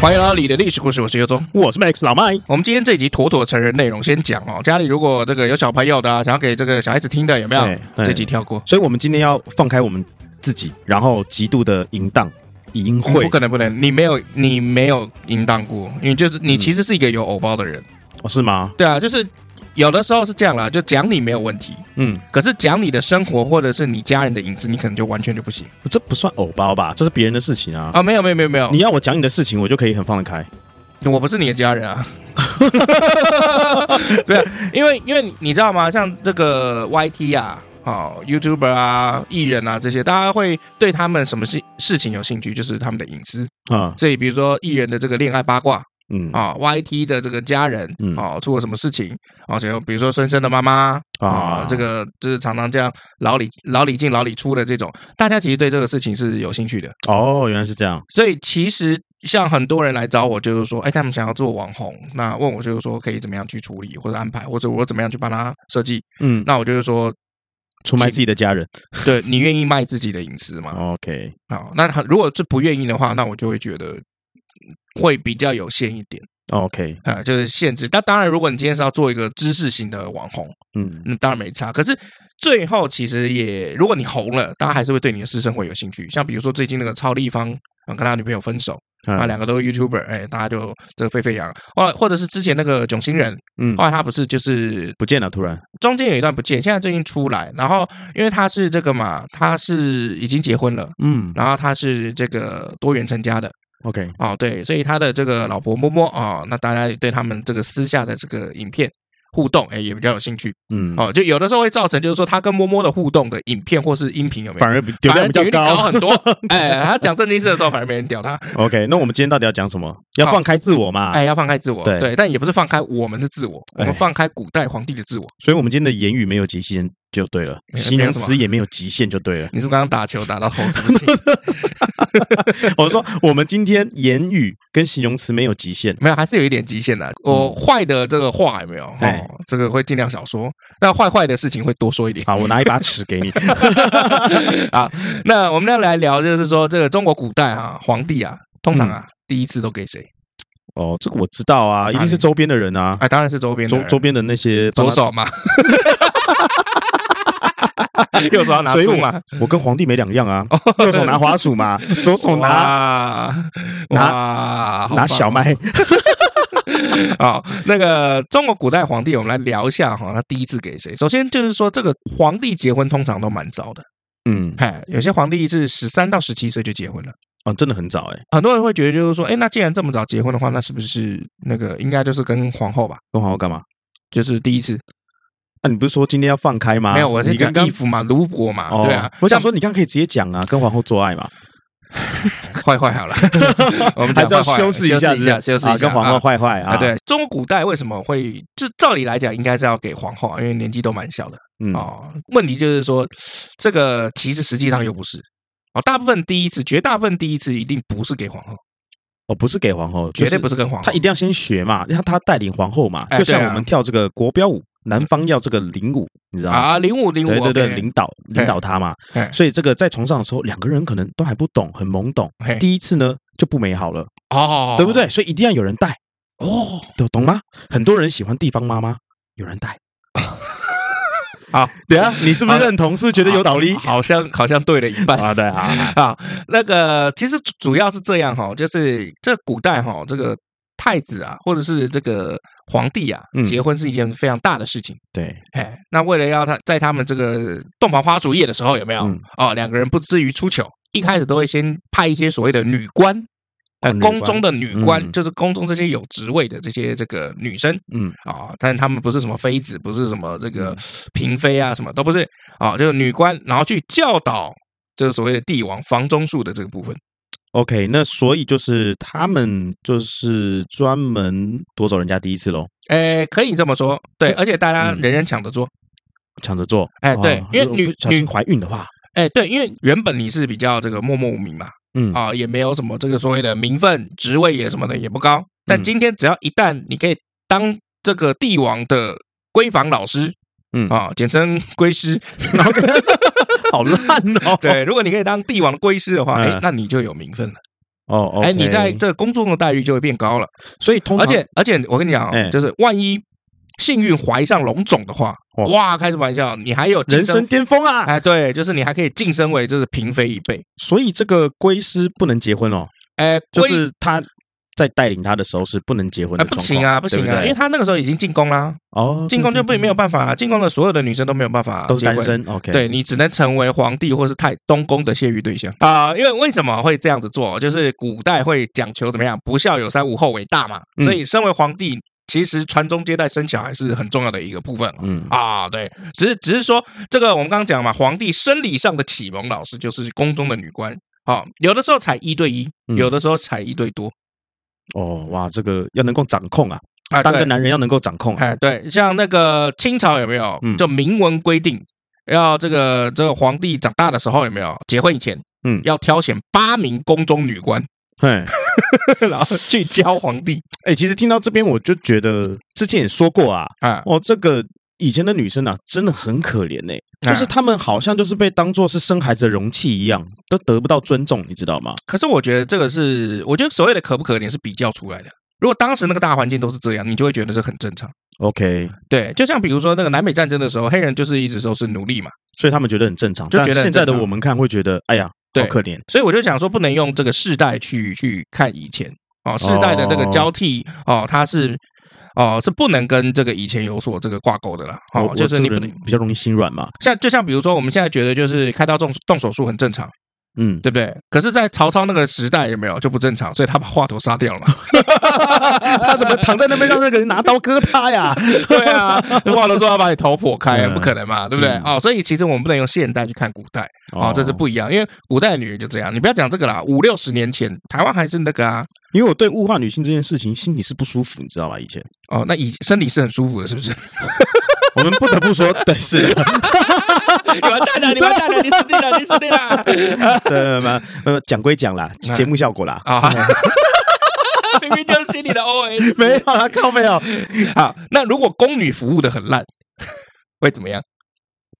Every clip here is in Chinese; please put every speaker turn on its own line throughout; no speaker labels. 欢迎来到你的历史故事，我是尤忠。
我是 Max 老麦，
我们今天这集妥妥成人内容，先讲哦。家里如果这个有小朋友的、啊，想要给这个小孩子听的，有没有
对？对
这集跳过，
所以我们今天要放开我们自己，然后极度的淫荡、淫
不
秽，
可能不能，你没有你没有淫荡过，因为就是你其实是一个有偶包的人。
哦，是吗？
对啊，就是有的时候是这样啦，就讲你没有问题，
嗯，
可是讲你的生活或者是你家人的隐私，你可能就完全就不行
这不算偶包吧？这是别人的事情啊。
啊。没有没有没有没有，
你要我讲你的事情，我就可以很放得开。
我不是你的家人啊。 对啊，因为因为你知道吗？像这个 YT 啊，哦，YouTuber 啊，艺人啊这些，大家会对他们什么事事情有兴趣，就是他们的隐私。
啊，
所以比如说艺人的这个恋爱八卦
嗯
啊、y t 的这个家人
嗯
哦出了什么事情，而且比如说孙生的妈妈啊，这个就是常常这样老李老李进老李出的这种，大家其实对这个事情是有兴趣的。
哦，原来是这样。
所以其实像很多人来找我，就是说，哎，他们想要做网红，那问我就是说可以怎么样去处理或者安排，或者我怎么样去帮他设计。
嗯，
那我就是说，
出卖自己的家人。
对你愿意卖自己的隐私
哦
吗？
OK，
好，那如果是不愿意的话，那我就会觉得会比较有限一点
哦 OK，
啊、就是限制。但当然，如果你今天是要做一个知识型的网红，
嗯，
那当然没差。可是最后其实也，如果你红了，大家还是会对你的私生活有兴趣。像比如说最近那个超立方。呃跟他女朋友分手，啊，
啊，
两个都是 YouTuber，哎，大家就这个沸沸扬扬。后来或者是之前那个囧星人，
嗯
后，来他不是就是
不见了，突然。
中间有一段不见，现在最近出来，然后因为他是这个嘛，他是已经结婚了，
嗯
然后他是这个多元成家的
，OK，
哦，对，所以他的这个老婆摸摸啊、哦，那大家对他们这个私下的这个影片。互动哎也比较有兴趣
嗯，
哦，就有的时候会造成就是说他跟摸摸的互动的影片或是音频有没有
反而比流量
反而
比较
流量
高。
很多哎，他讲正经事的时候反而没人屌他
OK，那我们今天到底要讲什么？要
好
放开自我嘛。
哎，要放开自我，
啊对
对，但也不是放开我们的自我，我们
哎
放开古代皇帝的自我。
所以我们今天的言语没有极限就对了，
没有
形容词也没有极限就对了。
你是不是刚刚打球打到猴子不 行？
我说我们今天言语跟形容词没有极限。
没有，还是有一点极限的。我坏的这个话有没有？
嗯哎
哦，这个会尽量少说，那坏坏的事情会多说一点。
好，我拿一把尺给你。
啊，那我们要来聊，就是说这个中国古代啊，皇帝啊，通常
嗯
啊，第一次都给谁？
哦，这个我知道啊，一定是周边的人啊，
哎，当然是周边的
周
人
周边的那些
左。手 嘛，右手要拿
所以
书
我
嘛，
我跟皇帝没两样啊，
哦
右手拿滑鼠嘛， 左手拿
拿
拿
拿
拿小麦。
啊、那个中国古代皇帝，我们来聊一下哈，他第一次给谁？首先就是说，这个皇帝结婚通常都蛮早的，
嗯，
哎，有些皇帝是十三到十七岁就结婚了。
哦，真的很早哎，
很多人会觉得就是说，哎，那既然这么早结婚的话，那是不是那个应该就是跟皇后吧？
跟皇后干嘛？啊
就是第一次，
那你不是说今天要放开吗？
没有，我是
啊你
讲
刚刚
衣服嘛，卢伯嘛，
哦
对啊，
我想说你刚刚可以直接讲啊，跟皇后做爱嘛，
坏坏 好了，我们讲
还是要
坏坏
修饰一下
修饰一下，修
是不是
饰一下，
啊跟皇后
啊
坏坏
啊，对，中国古代为什么会？就照理来讲，应该是要给皇后啊，因为年纪都蛮小的。
嗯，
哦，问题就是说，这个其实实际上又不是。哦，大部分第一次，绝大部分第一次一定不是给皇后，
哦，不是给皇后，
绝对不
是，
是跟皇后。
他一定要先学嘛，让他带领皇后嘛，
哎
就
对
像
啊
我们跳这个国标舞，南方要这个领舞，你知道吗？
啊，零五零五，
对对对，
OK
领导领导他嘛
嘿，
所以这个在床上的时候，两个人可能都还不懂，很懵懂
嘿，
第一次呢就不美好了，
哦，
对不？对？所以一定要有人带哦，懂懂吗？很多人喜欢地方妈妈，有人带。
好，
对啊，你是不是认同？是不是觉得有道理？
好像好像对了一半
啊，对啊，
啊。那个其实主主要是这样哈、就是这古代哈、这个太子啊，或者是这个皇帝啊，
嗯
结婚是一件非常大的事情。
对，
哎，那为了要他在他们这个洞房花烛夜的时候，有没有、
嗯
哦？两个人不至于出糗，一开始都会先派一些所谓的女官，呃
哦，女
宫
官
中的女官，
嗯
就是宫中这些有职位的这些这个女生
嗯，
啊、哦，但他们不是什么妃子，不是什么这个嫔妃啊，什么都不是啊、哦，就是女官，然后去教导就是所谓的帝王房中术的这个部分。
OK，那所以就是他们就是专门夺走人家第一次喽，
哎，可以这么说，
嗯
对，而且大家人人抢着做。
抢着做。
哎对
哦
因为
如果
女
不小心
女
怀孕的话，
哎，对，因为原本你是比较这个默默无名嘛，
嗯
啊、也没有什么这个所谓的名分、职位也什么的也不高。但
嗯
今天只要一旦你可以当这个帝王的闺房老师，
嗯
啊、简称闺师，然后
好烂哦。
对，如果你可以当帝王的闺师的话，哎、
嗯
那你就有名分了，
哦哦，
哎、你在这个工作中的待遇就会变高了。
所以通
而
常
且而且，我跟你讲、哦，
哎
就是万一幸运怀上龙种的话，
哇
哇，开什么玩笑，你还有晋
哦人生巅峰啊，
哎，对，就是你还可以晋升为就是嫔妃一辈。
所以这个龟师不能结婚哦，
哎，
就
龟
是他在带领他的时候是不能结婚
哎
的
不
状况，
行啊，不行
对
啊，因为
对
他那个时候已经进宫啦，
哦，
进宫就不
对对
没有办法啊，进宫的所有的女生都没有办法
都是单
结婚。
身，OK，
对你只能成为皇帝或是太东宫的泄欲对象 啊、因为为什么会这样子做？就是古代会讲求怎么样，不孝有三，无后为大嘛。
嗯
所以身为皇帝，其实传宗接代、生小孩是很重要的一个部分哦
嗯
啊。对，只是只是说这个我们刚刚讲嘛，皇帝生理上的启蒙老师就是宫中的女官。好、有的时候才一对一，
嗯
有的时候才一对多
哦哇，这个要能够掌控啊，
啊。
当个
对
男人要能够掌控啊，
哎，对，像那个清朝有没有
嗯？
就明文规定，要这个这个皇帝长大的时候有没有结婚以前，
嗯
要挑选八名宫中女官， 哎
嘿，
然后去教皇帝
哎，其实听到这边我就觉得之前也说过啊，
啊。
哦，这个以前的女生啊，真的很可怜呢、
啊
就是她们好像就是被当做是生孩子的容器一样，都得不到尊重，你知道吗？
可是我觉得这个是，我觉得所谓的可不可怜是比较出来的。如果当时那个大环境都是这样，你就会觉得这很正常。
OK，
对，就像比如说那个南北战争的时候，黑人就是一直都是奴隶嘛，
所以她们觉得很正常，
就觉得很
但现在的
正常
我们看会觉得，哎呀，好
对
可怜。
所以我就想说，不能用这个世代去去看以前哦，世代的这个交替哦，它是哦是不能跟这个以前有所这个挂钩的啦。
我
哦
我，
就是你
这
不
个
能
人比较容易心软嘛，
像就像比如说，我们现在觉得就是开刀动动手术很正常，
嗯，
对不对？可是，在曹操那个时代有没有就不正常？所以他把华佗杀掉了嘛。
他怎么躺在那边让那个人拿刀割他 呀？
对啊，华佗说要把你头破开，
嗯
不可能嘛，对不对？
嗯
哦，所以其实我们不能用现代去看古代哦，这是，不一样，因为古代的女人就这样。你不要讲这个啦，五六十年前台湾还是那个啊，
因为我对物化女性这件事情心里是不舒服，你知道吗？以前
哦，那以生理是很舒服的，是不是？
我们不得不说，对，是的，
你完蛋了，你完蛋了，你死定了，你死定了！
对，没有没有讲归讲啦，
哎
节目效果 啦，
啊，明明就是心里的 OS。
没有啦，靠没
哦
有，
好，那如果宫女服务的很烂，会怎么样？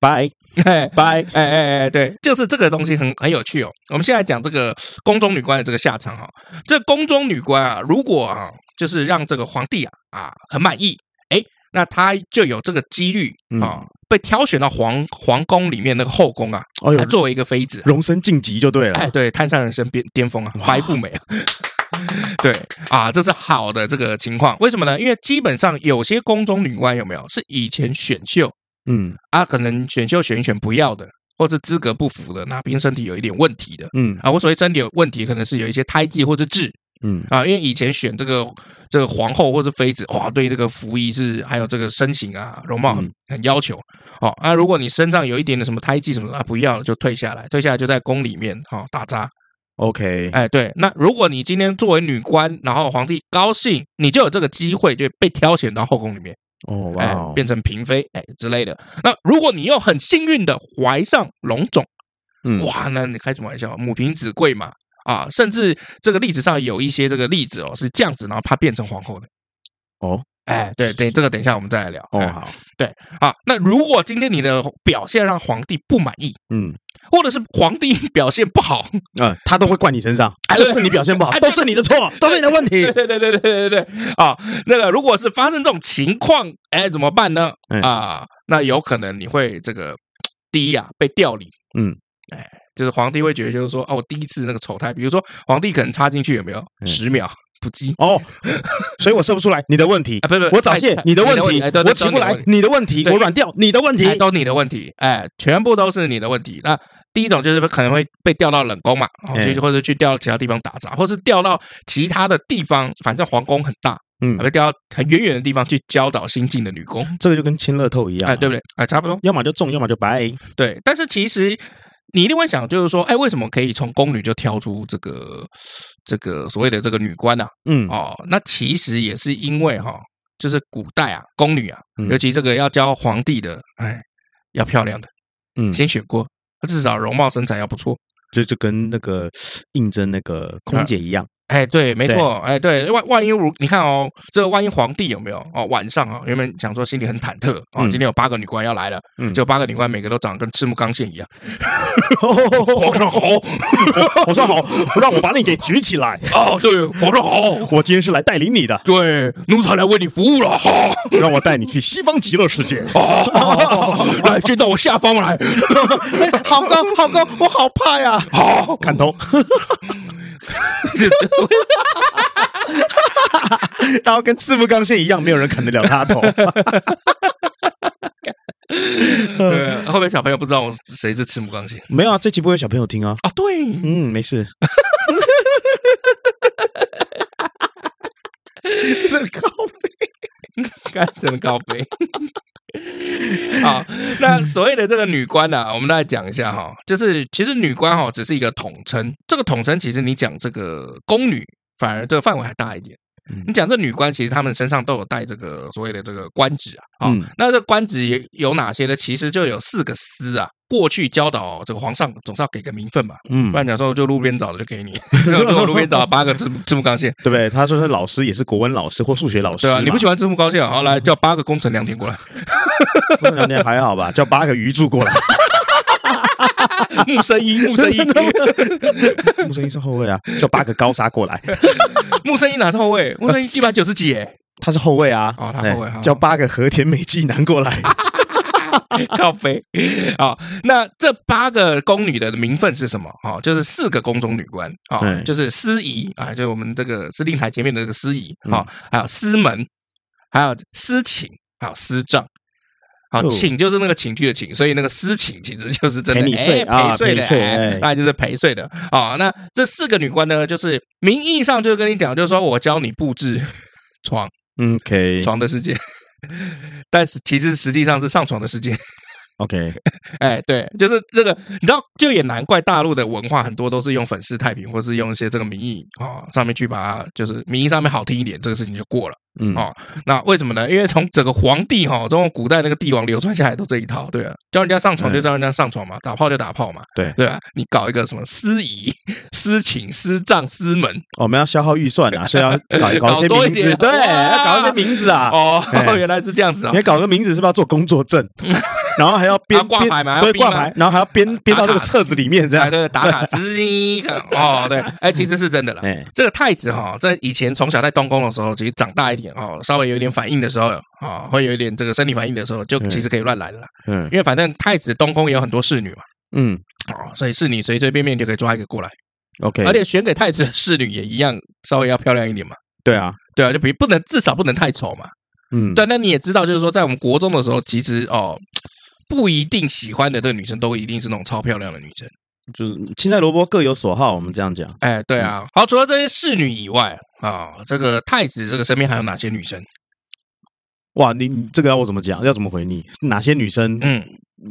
拜
哎
拜，
哎哎哎，对，就是这个东西很很有趣哦。我们现在讲这个宫中女官的这个下场哈、哦，这宫中女官啊，如果啊，就是让这个皇帝啊啊很满意，哎，那她就有这个几率啊、被挑选到皇皇宫里面那个后宫啊，
哦
来
呦，
作为一个妃子。
荣升晋级就对了
哎，。对，摊上人生巅巅峰啊，白富美啊。 对啊，这是好的这个情况，为什么呢？因为基本上有些宫中女官有没有是以前选秀
嗯
啊，可能选秀选一选不要的，或者资格不符的，那边身体有一点问题的
嗯
啊，我所谓身体有问题，可能是有一些胎记或者痣
嗯，
啊，因为以前选这个这个皇后或者妃子，哇，对这个服役是还有这个身形啊、容貌很
嗯
很要求哦。啊，如果你身上有一点点什么胎记什么的，啊，不要了就退下来，退下来就在宫里面哦打杂
OK，
哎，对，那如果你今天作为女官，然后皇帝高兴，你就有这个机会就被挑选到后宫里面，
哦哇
哎
哦，，
变成嫔妃，哎之类的。那如果你又很幸运的怀上龙种，
嗯
哇，那你开什么玩笑？母凭子贵嘛，啊，甚至这个历史上有一些这个例子哦，是这样子，然后她变成皇后的。
哦
哎，对对，这个等一下我们再来聊。
哦
哎
好，
啊，那如果今天你的表现让皇帝不满意，
嗯
或者是皇帝 表现不好，
啊，他都会怪你身上，就是你表现不好，
哎
都
对
是你的错，都是你的问题
对。对对对对对对对啊！那个如果是发生这种情况，哎，怎么办呢
哎？
啊，那有可能你会这个第一啊被调离，
嗯，
哎，就是皇帝会觉得就是说，哦，我第一次那个丑态，比如说皇帝可能插进去有没有
嗯
十秒不击
哦，所以我射不出来，你的问题
啊？。不不，
我早泄，你的问题
哎对；对
我起不来
都，
你的问题；
对
我软掉，你的问题
你的问题哎。都你的问题，哎，全部都是你的问题。那第一种就是可能会被调到冷宫嘛，哦
哎
就或者去调到其他地方打杂，或是调到其他的地方，反正皇宫很大，
嗯
被调到很远远的地方去教导新进的女工。
这个就跟亲乐透一样，
哎，对，不对？哎，差不多。
要么就中，要么就白。
对，但是其实你一定会想，就是说，哎，为什么可以从宫女就挑出这个这个所谓的这个女官呢、
嗯，
啊？哦，那其实也是因为哈、就是古代啊，宫女啊
嗯，
尤其这个要教皇帝的，哎，要漂亮的，
嗯
先选过，至少容貌身材要不错
就就跟那个应征那个空姐一样，
哎，对，没
对
错，哎，对，万万一如你看哦，这个万一皇帝有没有哦？晚上啊、原本想说心里很忐忑哦，
嗯
今天有八个女官要来了，
嗯
就八个女官每个都长得跟赤木刚宪一 样，皇上好，
我说好，让我把你给举起来，
哦，对，皇上好，
我今天是来带领你的，
对，奴才来为你服务了，好，
让我带你去西方极乐世界。
好，哦 来先到我下方来，
哎好高，好高，我好怕呀！
好，
砍头，然后跟赤木刚宪一样，没有人砍得了他头。
对后面小朋友不知道我是谁是赤木刚宪
没有啊，这期不会有小朋友听啊。
啊，对，
嗯，没事。真的靠
干真的高飞。 好，那所谓的这个女官呢、啊，我们来讲一下哈，就是其实女官哈只是一个统称，这个统称其实你讲这个宫女，反而这个范围还大一点
嗯。
你讲这女官，其实她们身上都有带这个所谓的这个官职啊，啊、
嗯
那这官职有有哪些呢？其实就有四个司啊。过去教导这个皇上总是要给个名分嘛，
嗯
不，然讲说就路边找的就给你， 我路边找八个字母字母钢线，
对不对？他说是老师，也是国文老师或数学老师
对
嘛。
吧、你不喜欢字母高线啊，好来叫八个工程良田过来，
欢两天还好吧？叫八个鱼柱 过来。
木生一，木 生一，
木生一是后卫啊，叫八个高沙过来。
木生一哪是后卫？木生一一百九十几哎，
他是后卫啊，
哦他
哎
后卫好
叫八个和田美纪男过来。
靠飞啊！那这八个宫女的名分是什么？哦，就是四个宫中女官啊、哦
嗯，
就是司仪啊，就是我们这个司令台前面的这个司仪啊、哦，
嗯
还有司门，还有司寝，还有司帐。好，
哦
寝就是那个寝具的寝，所以那个私寝其实就是真的
陪你睡
哎
啊
陪睡的，
陪睡
哎
哎
那就是陪睡的啊。那这四个女官呢，就是名义上就跟你讲，就是说我教你布置 床，
嗯 OK
床的世界， 但是其实实际上是上床的世界。
OK，
哎，对，就是这个，你知道，就也难怪大陆的文化很多都是用粉饰太平，或是用一些这个名义啊、哦、上面去把它，就是名义上面好听一点，这个事情就过了。
嗯
哦那为什么呢？因为从整个皇帝哈、中国古代那个帝王流传下来都这一套，对啊，叫人家上床就叫人家上床嘛，打炮就打炮嘛，
嗯对
对啊，你搞一个什么司仪、私寝、私帐、私门，
哦我们要消耗 预算啊，所以要搞搞一些
搞多一
名字，
点
对，
哇
要搞一些名字啊。
哦，
哎
原来是这样子啊、
你要搞个名字是不是要做工 作证？然后还要编
啊挂
编
牌嘛还要
所以
编
挂
吗
牌，然后还要编编到这个
打卡
册子里面这
哎，
样。
对，打 卡之一个哦，对，哎，其实是真的啦。
哎，
这个太子哈、在以前从小在东宫的时候，其实长大一点哦，稍微有一点反应的时候啊、会有一点这个生理反应的时候，就
嗯
其实可以乱来了啦。
嗯
因为反正太子东宫也有很多侍女嘛，
嗯
哦，所以侍女随随便便就可以抓一个过来，
，OK，
而且选给太子的侍女也一样，稍微要漂亮一点嘛。
对啊，
对啊，就比不能至少不能太丑嘛。
嗯，
对，那你也知道，就是说在我们国中的时候，其实哦，不一定喜欢的这个女生都一定是那种超漂亮的女生。
就是青菜萝卜各有所好，我们这样讲。
哎，对啊。
嗯
好，除了这些侍女以外啊、这个太子这个身边还有哪些女生？
哇，你你这个要我怎么讲？要怎么回你？哪些女生？
嗯。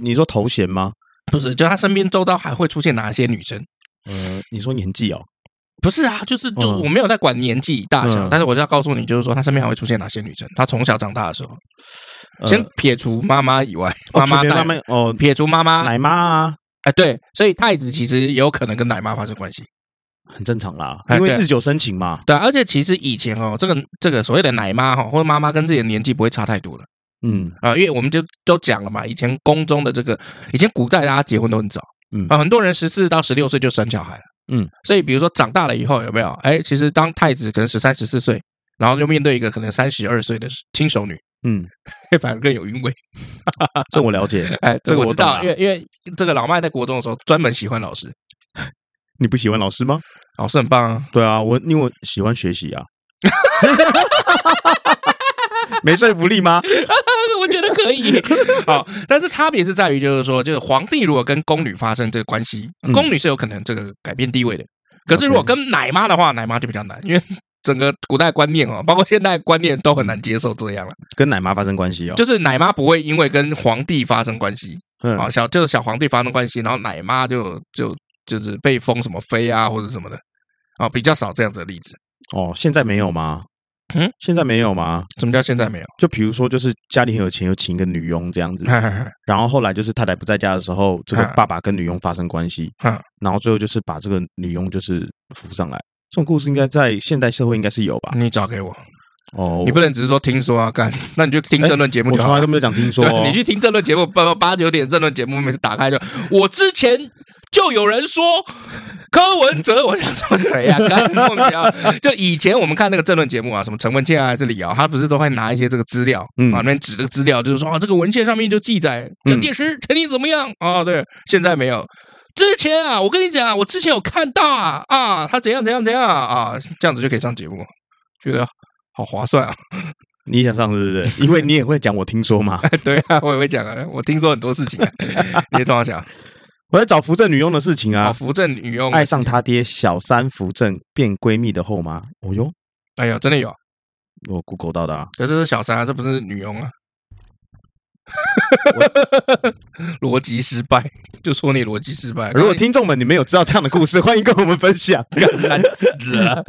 你说头衔吗？
不是，就他身边周遭还会出现哪些女生？
呃，你说年纪哦？
不是啊，就是就
嗯
我没有在管年纪大小，
嗯
但是我就要告诉你，就是说他身边还会出现哪些女生。他从小长大的时候，
呃
先撇除妈妈以外，
哦
妈妈
纯
带
妈妈哦，
撇除妈妈，
奶妈啊，
哎，对，所以太子其实也有可能跟奶妈发生关系。
很正常啦，
哎
因为
对
日久生情嘛。
对啊，而且其实以前哦，这个这个所谓的奶妈哈、或者妈妈跟自己的年纪不会差太多了
嗯
啊、因为我们就都讲了嘛，以前宫中的这个，以前古代大家结婚都很早。
嗯
啊，很多人十四到十六岁就生小孩了，
嗯，
所以比如说长大了以后有没有？哎，其实当太子可能十三、十四岁，然后就面对一个可能三十二岁的亲手女，
嗯，
反而更有韵味。啊
这我了解。
哎，这
这个
个
我
我知道，
懂啊
因为因为这个老麦在国中的时候专门喜欢老师，
你不喜欢老师吗？
老师很棒啊。
对啊，我因为我喜欢学习啊。 没说服力吗？
我觉得可 以。好，但是差别是在于，就是说，就是皇帝如果跟宫女发生这个关系，
嗯
宫女是有可能这个改变地位的。可是如果
OK
跟奶妈的话，奶妈就比较难，因为整个古代观念哦， 包括现代观念都很难接受这样了。
跟奶妈发生关系哦。
就是奶妈不会因为跟皇帝发生关系
嗯
啊，小就是小皇帝发生关系，然后奶妈就就就是哦被封什么妃啊或者什么的啊，比较少这样子的例子。
哦，现在没有吗？
嗯，
现在没有吗？
什么叫现在没有？
就比如说，就是家里很有钱，有请一个女佣这样子，
嗨嗨嗨
然后后来就是太太不在家的时候，这个
啊
爸爸跟女佣发生关系，
啊
然后最后就是把这个女佣就是扶上来。这种故事应该在现代社会应该是有吧？
你找给我，
哦，
嗯你不能只是说听说啊，干，那你就听
哎
争论节目
我
就
从
好
来
了。
都没有讲听说 哦、
对，啊你去听争论节目，八八九点争论节目，每次打开就，我之前就有人说柯文哲，我想说谁 呀、啊？干莫名其妙就以前我们看那个争论节目啊，什么陈文茜啊还是李敖，他不是都会拿一些这个资料，
嗯
啊，那边指这个资料，就是说啊，这个文献上面就记载蒋介石曾经怎么样啊？对，现在没有。之前啊，我跟你讲，我之前有看到啊啊，他怎样怎样怎样啊，这样子就可以上节目，觉得好划算啊！
你想上是不是？因为你也会讲我听说 嘛。
对啊，我也会讲啊，我听说很多事情、 啊，你也多少想。
我在找扶正女佣的事情
好，
啊，
哦扶正女佣，
爱上他爹，小三扶正变闺蜜的后妈。哦哟，
哎呦，真的有，
我 Google 到的啊。
可是这是小三啊，这不是女佣啊。 逻辑失败，就说你逻辑失败。
如果听众们你们有知道这样的故事， 欢迎跟我们分 享。
难死 了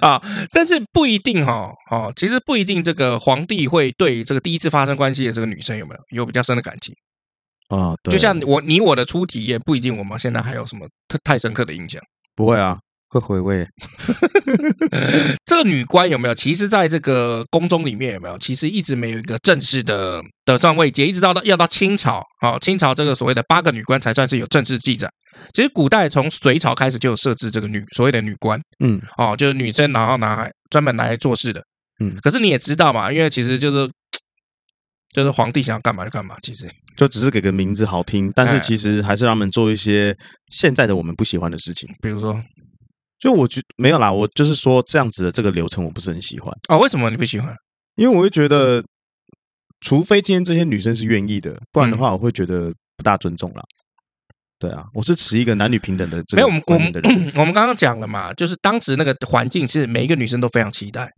啊！但是不一定哈、哦，其实不一定，这个皇帝会对这个第一次发生关系的这个女生有没有有比较深的感情？
啊，对，
就像我你我的初体验，不一定我们现在还有什么太太深刻的印象。
不会啊，会回味。
这个女官有没有？其实，在这个宫中里面有没有？其实一直没有一个正式的的上位阶，一直到到要到清朝，哦，清朝这个所谓的八个女官才算是有正式记载。其实古代从隋朝开始就有设置这个女所谓的女官，
嗯，
哦，就是女生然后拿来专门来做事的。
嗯
可是你也知道嘛，因为其实就是就是皇帝想要干嘛就干嘛，其实
就只是给个名字好听，但
哎
是其实还是让他们做一些现在的我们不喜欢的事情。
比如说
就我觉没有啦，我就是说这样子的这个流程我不是很喜欢，
哦，为什么你不喜欢？
因为我会觉
嗯
得，除非今天这些女生是愿意的，不然
嗯
的话我会觉得不大尊重啦。对啊，我是持一个男女平等的这
没有我
个
们嗯
观念的人，
我们刚刚讲了嘛，就是当时那个环境是每一个女生都非常期待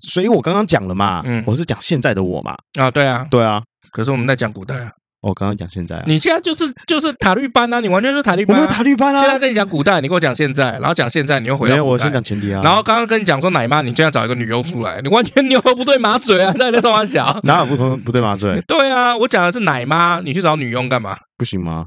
所以我刚刚讲了嘛，
嗯
我是讲现在的我嘛，
啊，对啊，
对啊，
可是我们在讲古代啊。
我刚刚讲现在啊，
你现在就是就是塔利班啊，你完全就是塔利
我
班、
没
啊。
有塔利班
现在
啊，
跟你讲古代，你跟我讲现在，然后讲现在，你又回到
没有，
古
我
代
先。讲前提啊，？
然后刚刚跟你讲说奶妈，你就要找一个女佣出来，你完全牛头不对马嘴啊！ 那你在说我小
哪有不同不对吗？对，
对啊，我讲的是奶妈，你去找女佣干嘛？
不 行吗？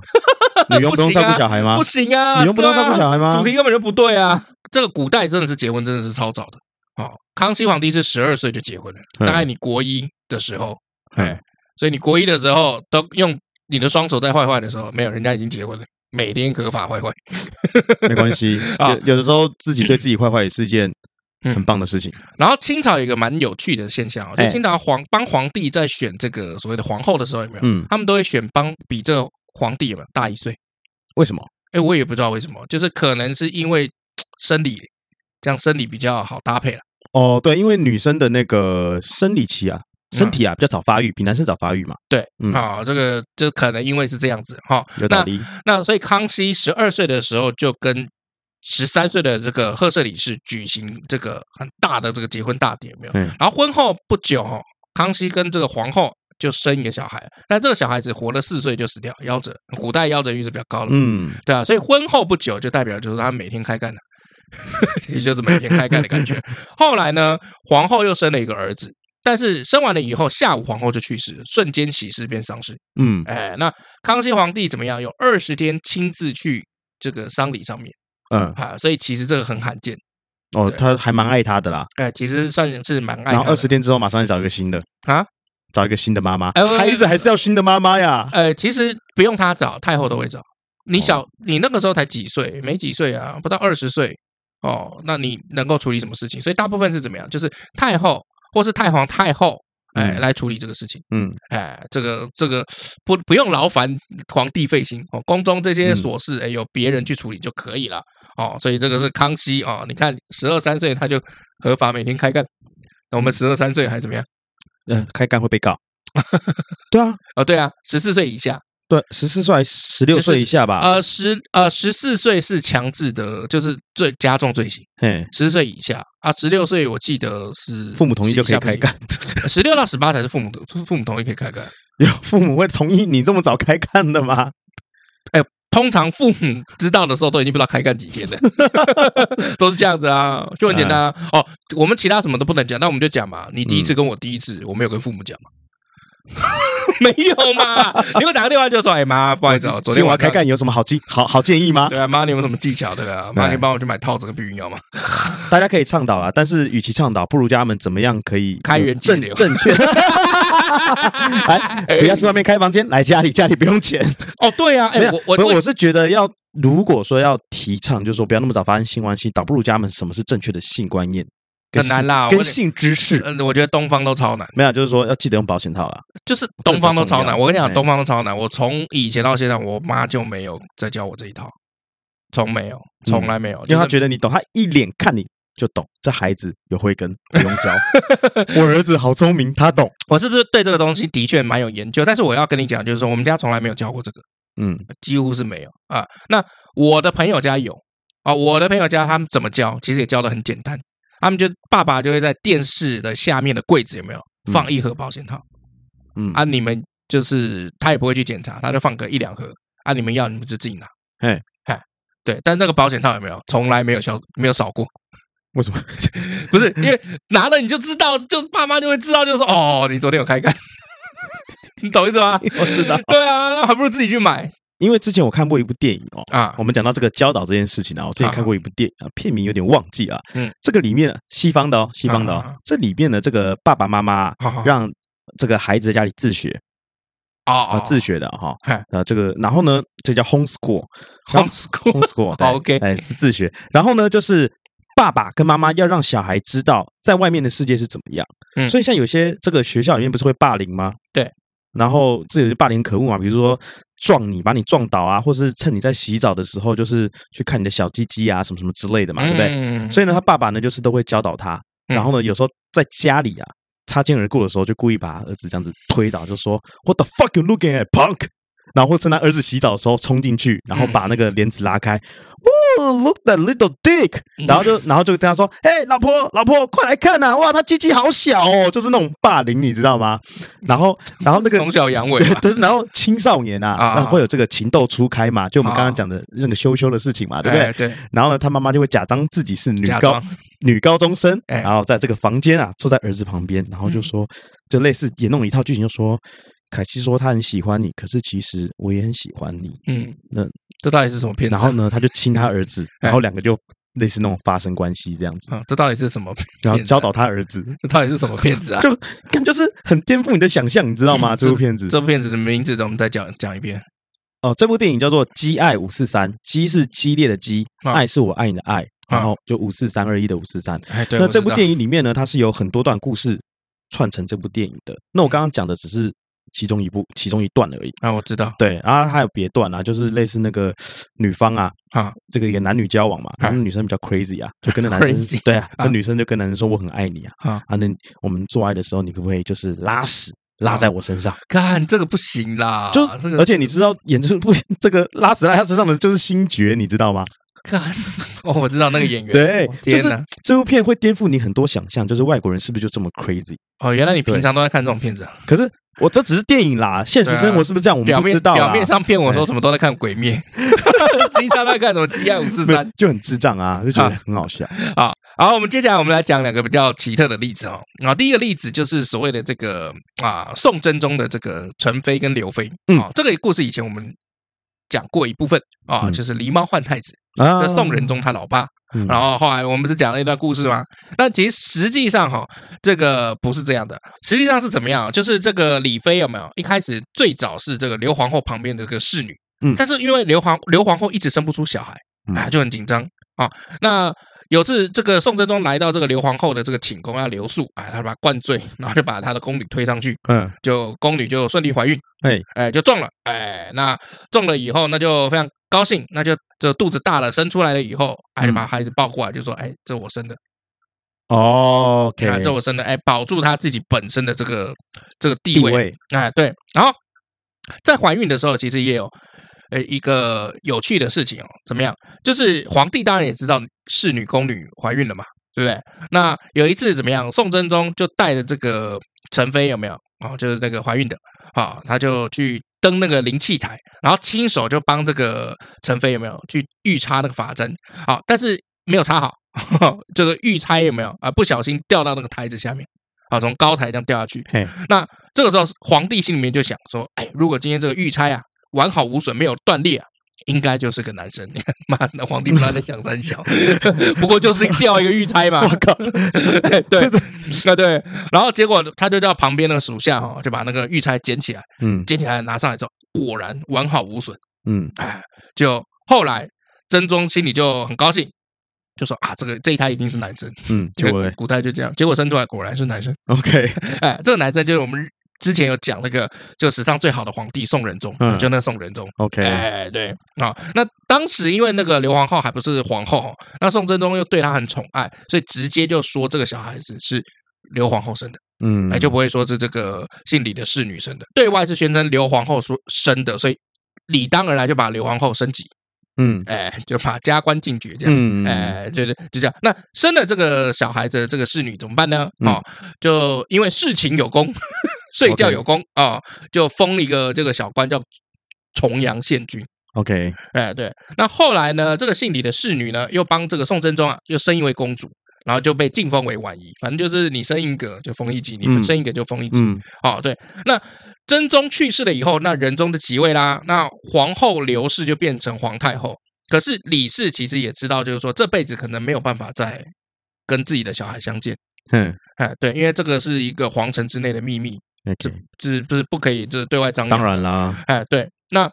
女佣不用
不行
照
啊
顾小孩吗
不？行啊，
女佣不用
对啊
照顾小孩吗
主？题根本就不对啊！这个古代真的是结婚真的是超早的哦。康熙皇帝是十二岁就结婚了，
嗯
大概你国一的时候，
嗯
哎，所以你国一的时候都用你的双手在坏坏的时候，没有人家已经结婚了，每天合法坏坏。
没关系
啊嗯
有有的时候自己对自己坏坏也是一件很棒的事情。
然后清朝有一个蛮有趣的现象哦，就
哎
清朝皇帮皇帝在选这个所谓的皇后的时候，有没有？
嗯，
他们都会选帮比这个皇帝有没有大一岁？
为什么？
哎，我也不知道为什么，就是可能是因为嘖生理，这样生理比较好搭配了。
哦，对，因为女生的那个生理期啊，
嗯
身体啊比较早发育，比男生早发育嘛，
对，
嗯
啊、这个这可能因为是这样子哈、
有道理。
那所以康熙十二岁的时候就跟十三岁的这个赫舍里氏举行这个很大的这个结婚大典，有没有？
嗯
然后婚后不久哦，康熙跟这个皇后就生一个小孩，但这个小孩子活了四岁就死掉，夭折。古代夭折率是比较高的，
嗯，
对啊，所以婚后不久就代表就是他每天开干了， 也就是每天开干的感觉。 后来呢，皇后又生了一个儿子，但是生完了以后，下午皇后就去世了，瞬间喜事变丧事。
嗯，
哎，那康熙皇帝怎么样？有二十天亲自去这个丧礼上面
嗯，
啊，所以其实这个很罕见。
哦，
对
他还蛮爱他的啦。
哎，其实算是蛮爱
然
他
后
的。
二十天之后，马上就找一个新的
啊，
找一个新的妈妈
哎喂，
孩子还是要新的妈妈 呀。
呃，其实不用他找，太后都会找。你小，你那个时候才几岁？没几岁啊，不到二十岁哦。那你能够处理什么事情？所以大部分是怎么样？就是太后或是太皇太后，哎，
嗯
来处理这个事情。
嗯，
哎，这个这个不不用劳烦皇帝费心哦，宫中这些琐事，哎，由别人去处理就可以了哦。所以这个是康熙哦，你看十二三岁他就合法每天开干，那我们十二三岁还怎么样？
呃，开干会被 告。对啊，
哦，对啊，十四岁以下，
对，十四岁、十六
14
岁以下吧。
呃，十呃十四岁是强制的，就是罪加重罪行，
嘿，
十四岁以下啊，十六岁我记得是，
父母同意就可以开干，
十六到十八才是父母的父母同意可以开干，
有父母会同意你这么早开干的吗？
通常父母知道的时候都已经不知道开干几天了， 都是这样子啊，就很简单啊。
哎
哦，我们其他什么都不能讲，那我们就讲嘛。你第一次
嗯
跟我第一次，我没有跟父母讲嘛。 没有嘛？你给我打个电话就说：“哎妈，不好意思哦，昨
今
天
晚要
晚上
开干有什么好建好好建议吗？
对啊，妈，你有没有什么技巧？对啊，妈，
哎
你帮我去买套子跟避孕药嘛。
大家可以倡导啊，但是与其倡导，不如教他们怎么样可以呃
开源节
正
流
正 确。来，不要去外面开房间，来家里，家里不用钱。
哦，对啊，哎、
没有
我
不
我
是我是觉得要，如果说要提倡，就是说不要那么早发生性关系，倒不如教他们什么是正确的性观念，跟
很难
性
啦我
跟
得
性知识。
呃，我觉得东方都超难，
没有，啊就是说要记得用保险套啦。
就是东方都超
这个比较重
难。
要
我跟你讲，
哎
东方都超难。我从以前到现在，我妈就没有再教我这一套，从没有，从来没有，
嗯因为他
就是
觉得你懂，他一脸看你就懂，这孩子有慧根，不用教。 我儿子好聪明，他懂。
我是不是对这个东西的确蛮有研究？但是我要跟你讲，就是说我们家从来没有教过这个，
嗯，
几乎是没有啊。那我的朋友家有啊，我的朋友家他们怎么教？其实也教的很简单，他们就爸爸就会在电视的下面的柜子有没有放一盒保险套？
嗯
啊，你们就是他也不会去检查，他就放个一两盒啊，你们要你们就自己拿。
嘿
嘿，对，但那个保险套有没有从来没有消没有少过？
为什么？
不是因 为拿了你就知道，就爸妈就会知道，就是说哦，你昨天有开干， 你懂意思吗？
我知道，
对啊，那还不如自己去买
因为之前我看过一部电影哦，
啊
我们讲到这个教导这件事情啊，我之前看过一部电影啊，片名有点忘记啊。
嗯
嗯，这个里面啊西方的哦，西方的
啊啊啊
哦，这里面的这个爸爸妈妈啊
好好
让这个孩子在家里自学
啊
啊，自学的哈
嘿。
啊，这个然后呢，这叫 homeschool，homeschool
homeschool OK
哎，是自学。然后呢，就是爸爸跟妈妈要让小孩知道在外面的世界是怎么样。
嗯
所以像有些这个学校里面不是会霸凌吗？
对。
然后这有些霸凌可恶嘛，比如说撞你，把你撞倒啊，或是趁你在洗澡的时候，就是去看你的小鸡鸡啊，什么什么之类的嘛，对不对？
嗯
所以呢，他爸爸呢就是都会教导他，
嗯
然后呢，有时候在家里啊擦肩而过的时候，就故意把儿子这样子推倒，就说 What the fuck you looking at, punk？然后或趁他儿子洗澡的时候冲进去，然后把那个帘子拉开，哦、l o o k that little dick，然后就然后就跟他说，嘿、老婆，老婆，快来看呐、啊，哇，他鸡鸡好小哦，就是那种霸凌，你知道吗？然后然后 那个
从小阳痿吧
对，然后青少年
啊
啊，那会有这个情窦初开嘛，就我们刚刚讲的那个羞羞的事情嘛，对不对
哎？对，
然后呢，他妈妈就会假装自己是女
假
高
装
女高中生，
哎嗯
然后在这个房间啊，坐在儿子旁边，然后就说，就类似也弄一套剧情，就说凯西说他很喜欢你，可是其实我也很喜欢你。
嗯，
那
这到底是什么片子啊？
然后呢，他就亲他儿子，
哎
然后两个就类似那种发生关系这样子，
啊，这到底是什么？
然后
骗子啊
教导他儿子，
这到底是什么片子 啊？
就看就是很颠覆你的想象，你知道 吗？这部片子
这部片子的名字，我们再讲讲一遍。
哦，这部电影叫做《激爱五四三》，激是激烈的激，
啊
爱是我爱你的爱，
啊
然后就五四三二一的五四三。
哎，对，
那这部
影
电影里面呢，它是有很多段故事串成这部电影的。那我刚刚讲的只是其中一部、其中一段而已。
啊，我知道
对，然后还有别段啊，就是类似那个女方啊，
啊，
这个也男女交往嘛，然后女生比较 crazy 啊，就跟那男
Crazy
生 对啊，
啊
那女生就跟男生说我很爱你啊，
啊
啊，那我们做爱的时候，你可不可以就是拉屎拉在我身上？
看这个不行啦，
就
啊这个
而且你知道，演这部这个拉屎拉在他身上的就是星爵，你知道吗？
看， 哦，我知道那个演员，
对，就
天
是
哪
这部片会颠覆你很多想象，就是外国人是不是就这么 crazy？
哦，原来你平常都在看这种片子啊，
可是我这只是电影啦，现实生活是不是这样？我
表
们不
面
知道啊啦
啊表面上骗我说什么都在看《鬼灭》，实 际上在看什么《G I 五四
没有
三
就很智障啊，就觉得很好笑。》
啊。好，我们接下来我们来讲两个比较奇特的例子哦。啊，第一个例子就是所谓的这个啊宋真宗的这个陈妃跟刘妃
嗯
啊，这个故事以前我们讲过一部分啊，
嗯
就是狸猫换太子，
啊
就宋仁宗他老爸。
嗯
然后后来我们不是讲了一段故事吗？那其实实际上哈、这个不是这样的，实际上是怎么样？就是这个李妃有没有一开始最早是这个刘皇后旁边的这个侍女，
嗯
但是因为刘皇刘皇后一直生不出小孩
嗯
啊，就很紧张啊。那有次这个宋真宗来到这个刘皇后的这个寝宫要留宿啊，他把她灌醉，然后就把她的宫女推上去，
嗯，
就宫女就顺利怀孕，
哎
哎，就中了，哎，那中了以后，那就非常高兴，那就就肚子大了，生出来了以后，哎，就把孩子抱过来，就说，哎，这我生的，
哦，OK，
啊，这我生的，哎，保住她自己本身的这个这个地
地
位，
位
哎，对，然后在怀孕的时候，其实也有呃一个有趣的事情哦，怎么样？就是皇帝当然也知道侍女宫女怀孕了嘛，对不对？那有一次怎么样？宋真宗就带着这个宸妃有没有？哦，就是那个怀孕的，啊、他就去登那个灵气台，然后亲手就帮这个陈飞有没有去预插那个法针？好，但是没有插好， 这个预猜有没有啊？不小心掉到那个台子下面，啊，从高台这样掉下去。
嘿，
那这个时候，皇帝心里面就想说：“哎，如果今天这个玉钗啊完好无损，没有断裂啊，应该就是个男生。”你看，妈的，皇帝不知道在想三小，不过就是掉一个玉钗嘛。
我靠，
哎对
这是，
啊对，然后结果他就叫旁边那个属下哦，就把那个玉钗捡起来，
嗯
捡起来拿上来之后，果然完好无损。
嗯，
哎，就后来真宗心里就很高兴，就说啊，这个这一胎一定是男生。
嗯，
结果
结果
古
嘞
古代就这样，结果生出来果然是男生。
，OK，
哎，这个男生就是我们之前有讲那个，就史上最好的皇帝宋仁宗，啊
嗯
就那个宋仁宗。
OK，
哎，对啊、那当时因为那个刘皇后还不是皇后哦，那宋真宗又对她很宠爱，所以直接就说这个小孩子是刘皇后生的，
嗯，
哎，就不会说是这个姓李的侍女生的，对外是宣称刘皇后说生的，所以理当而然就把刘皇后升级，
嗯
哎，就把加官进爵这样。
嗯，嗯
哎，对对，就这样。那生了这个小孩子的这个侍女怎么办呢？
嗯
哦，就因为侍寝有功， 睡觉有功啊、哦，就封了一个这个小官叫重阳县君。
，OK，
哎，对。那后来呢，这个姓李的侍女呢，又帮这个宋真宗啊，又升一位公主，然后就被晋封为婉仪。反正就是你升一个就封一级，你
嗯
升一个就封一级。
嗯
哦，对，那真宗去世了以后，那仁宗的即位啦，那皇后刘氏就变成皇太后。可是李氏其实也知道，就是说这辈子可能没有办法再跟自己的小孩相见。
嗯
哎，对，因为这个是一个皇城之内的秘密，
，OK，
是不是不可以就是对外张扬？
当然，啦，
哎，对，那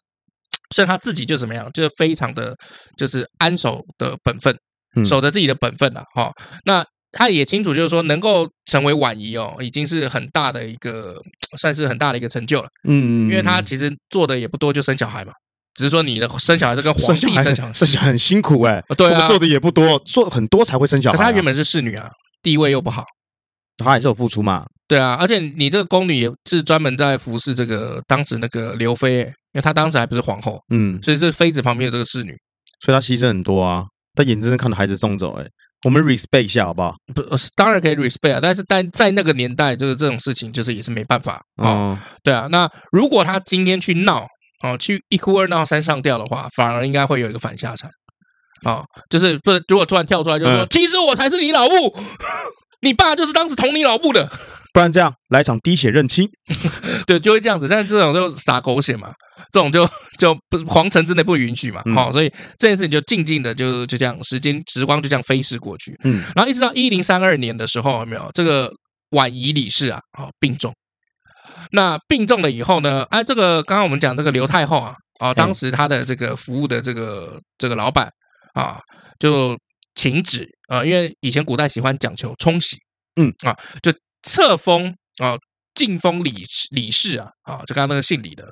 所以他自己就怎么样，就是非常的就是安守的本分，
嗯
守着自己的本分了、哈、哦。那他也清楚，就是说能够成为婉仪哦，已经是很大的一个，算是很大的一个成就了。
嗯，
因为他其实做的也不多，就生小孩嘛，只是说你的生小孩是跟皇
生
帝
小
生
孩
小孩，
很生小孩很辛苦哎
哦，对啊
这个做的也不多，做很多才会生小
可
孩
是
啊。
她原本是侍女啊，地位又不好。
他还是有付出嘛，
对啊，而且你这个宫女也是专门在服侍这个当时那个刘妃，欸因为她当时还不是皇后，
嗯，
所以是妃子旁边的这个侍女，
所以他牺牲很多啊，他眼睁睁看着孩子送走哎，我们 respect 一下好不好？
不呃当然可以 respect 啊，但是但在那个年代，就是这种事情就是也是没办法啊、哦
哦，
对啊，那如果她今天去闹哦，去一哭二闹三上吊的话，反而应该会有一个反下场。哦，就是不是？如果突然跳出来就说，
嗯
其实我才是你老母， 你爸就是当时捅你老母的，
不然这样来一场滴血认亲，
对，就会这样子。但是这种就撒狗血嘛，这种就就不皇城之内不允许嘛，
嗯
好、所以这件事情就静静的就就这样，时间时光就这样飞逝过去。
嗯，
然后一直到一零三二年的时候，有没有这个婉仪李氏啊，哦病重。那病重了以后呢，啊，这个刚刚我们讲这个刘太后啊，哦，当时她的这个服务的这个这个老板啊，就请旨啊、呃因为以前古代喜欢讲求冲洗，
嗯
啊，就册封啊，晋封李氏李氏啊，啊，就刚刚那个姓李的，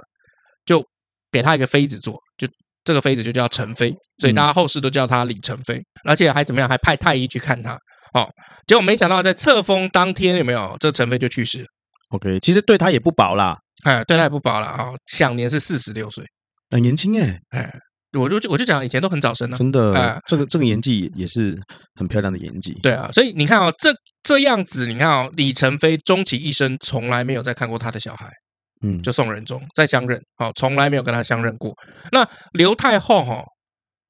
就给他一个妃子做，就这个妃子就叫陈妃，所以大家后世都叫她李陈妃，而且还怎么样，还派太医去看她。哦，结果没想到在册封当天有没有，这陈妃就去世了，
OK，其实对他也不薄啦，
哎，对她也不薄了啊、哦，享年是四十六岁。
很年轻哎，
我就我就讲，以前都很早生啊，
真
哎
的，这个这个年纪也是很漂亮的年纪。
对啊，所以你看哦，这这样子，你看哦，李宸妃终其一生从来没有再看过她的小孩，
嗯，
就宋仁宗再相认，哦，从来没有跟他相认过。那刘太后哈、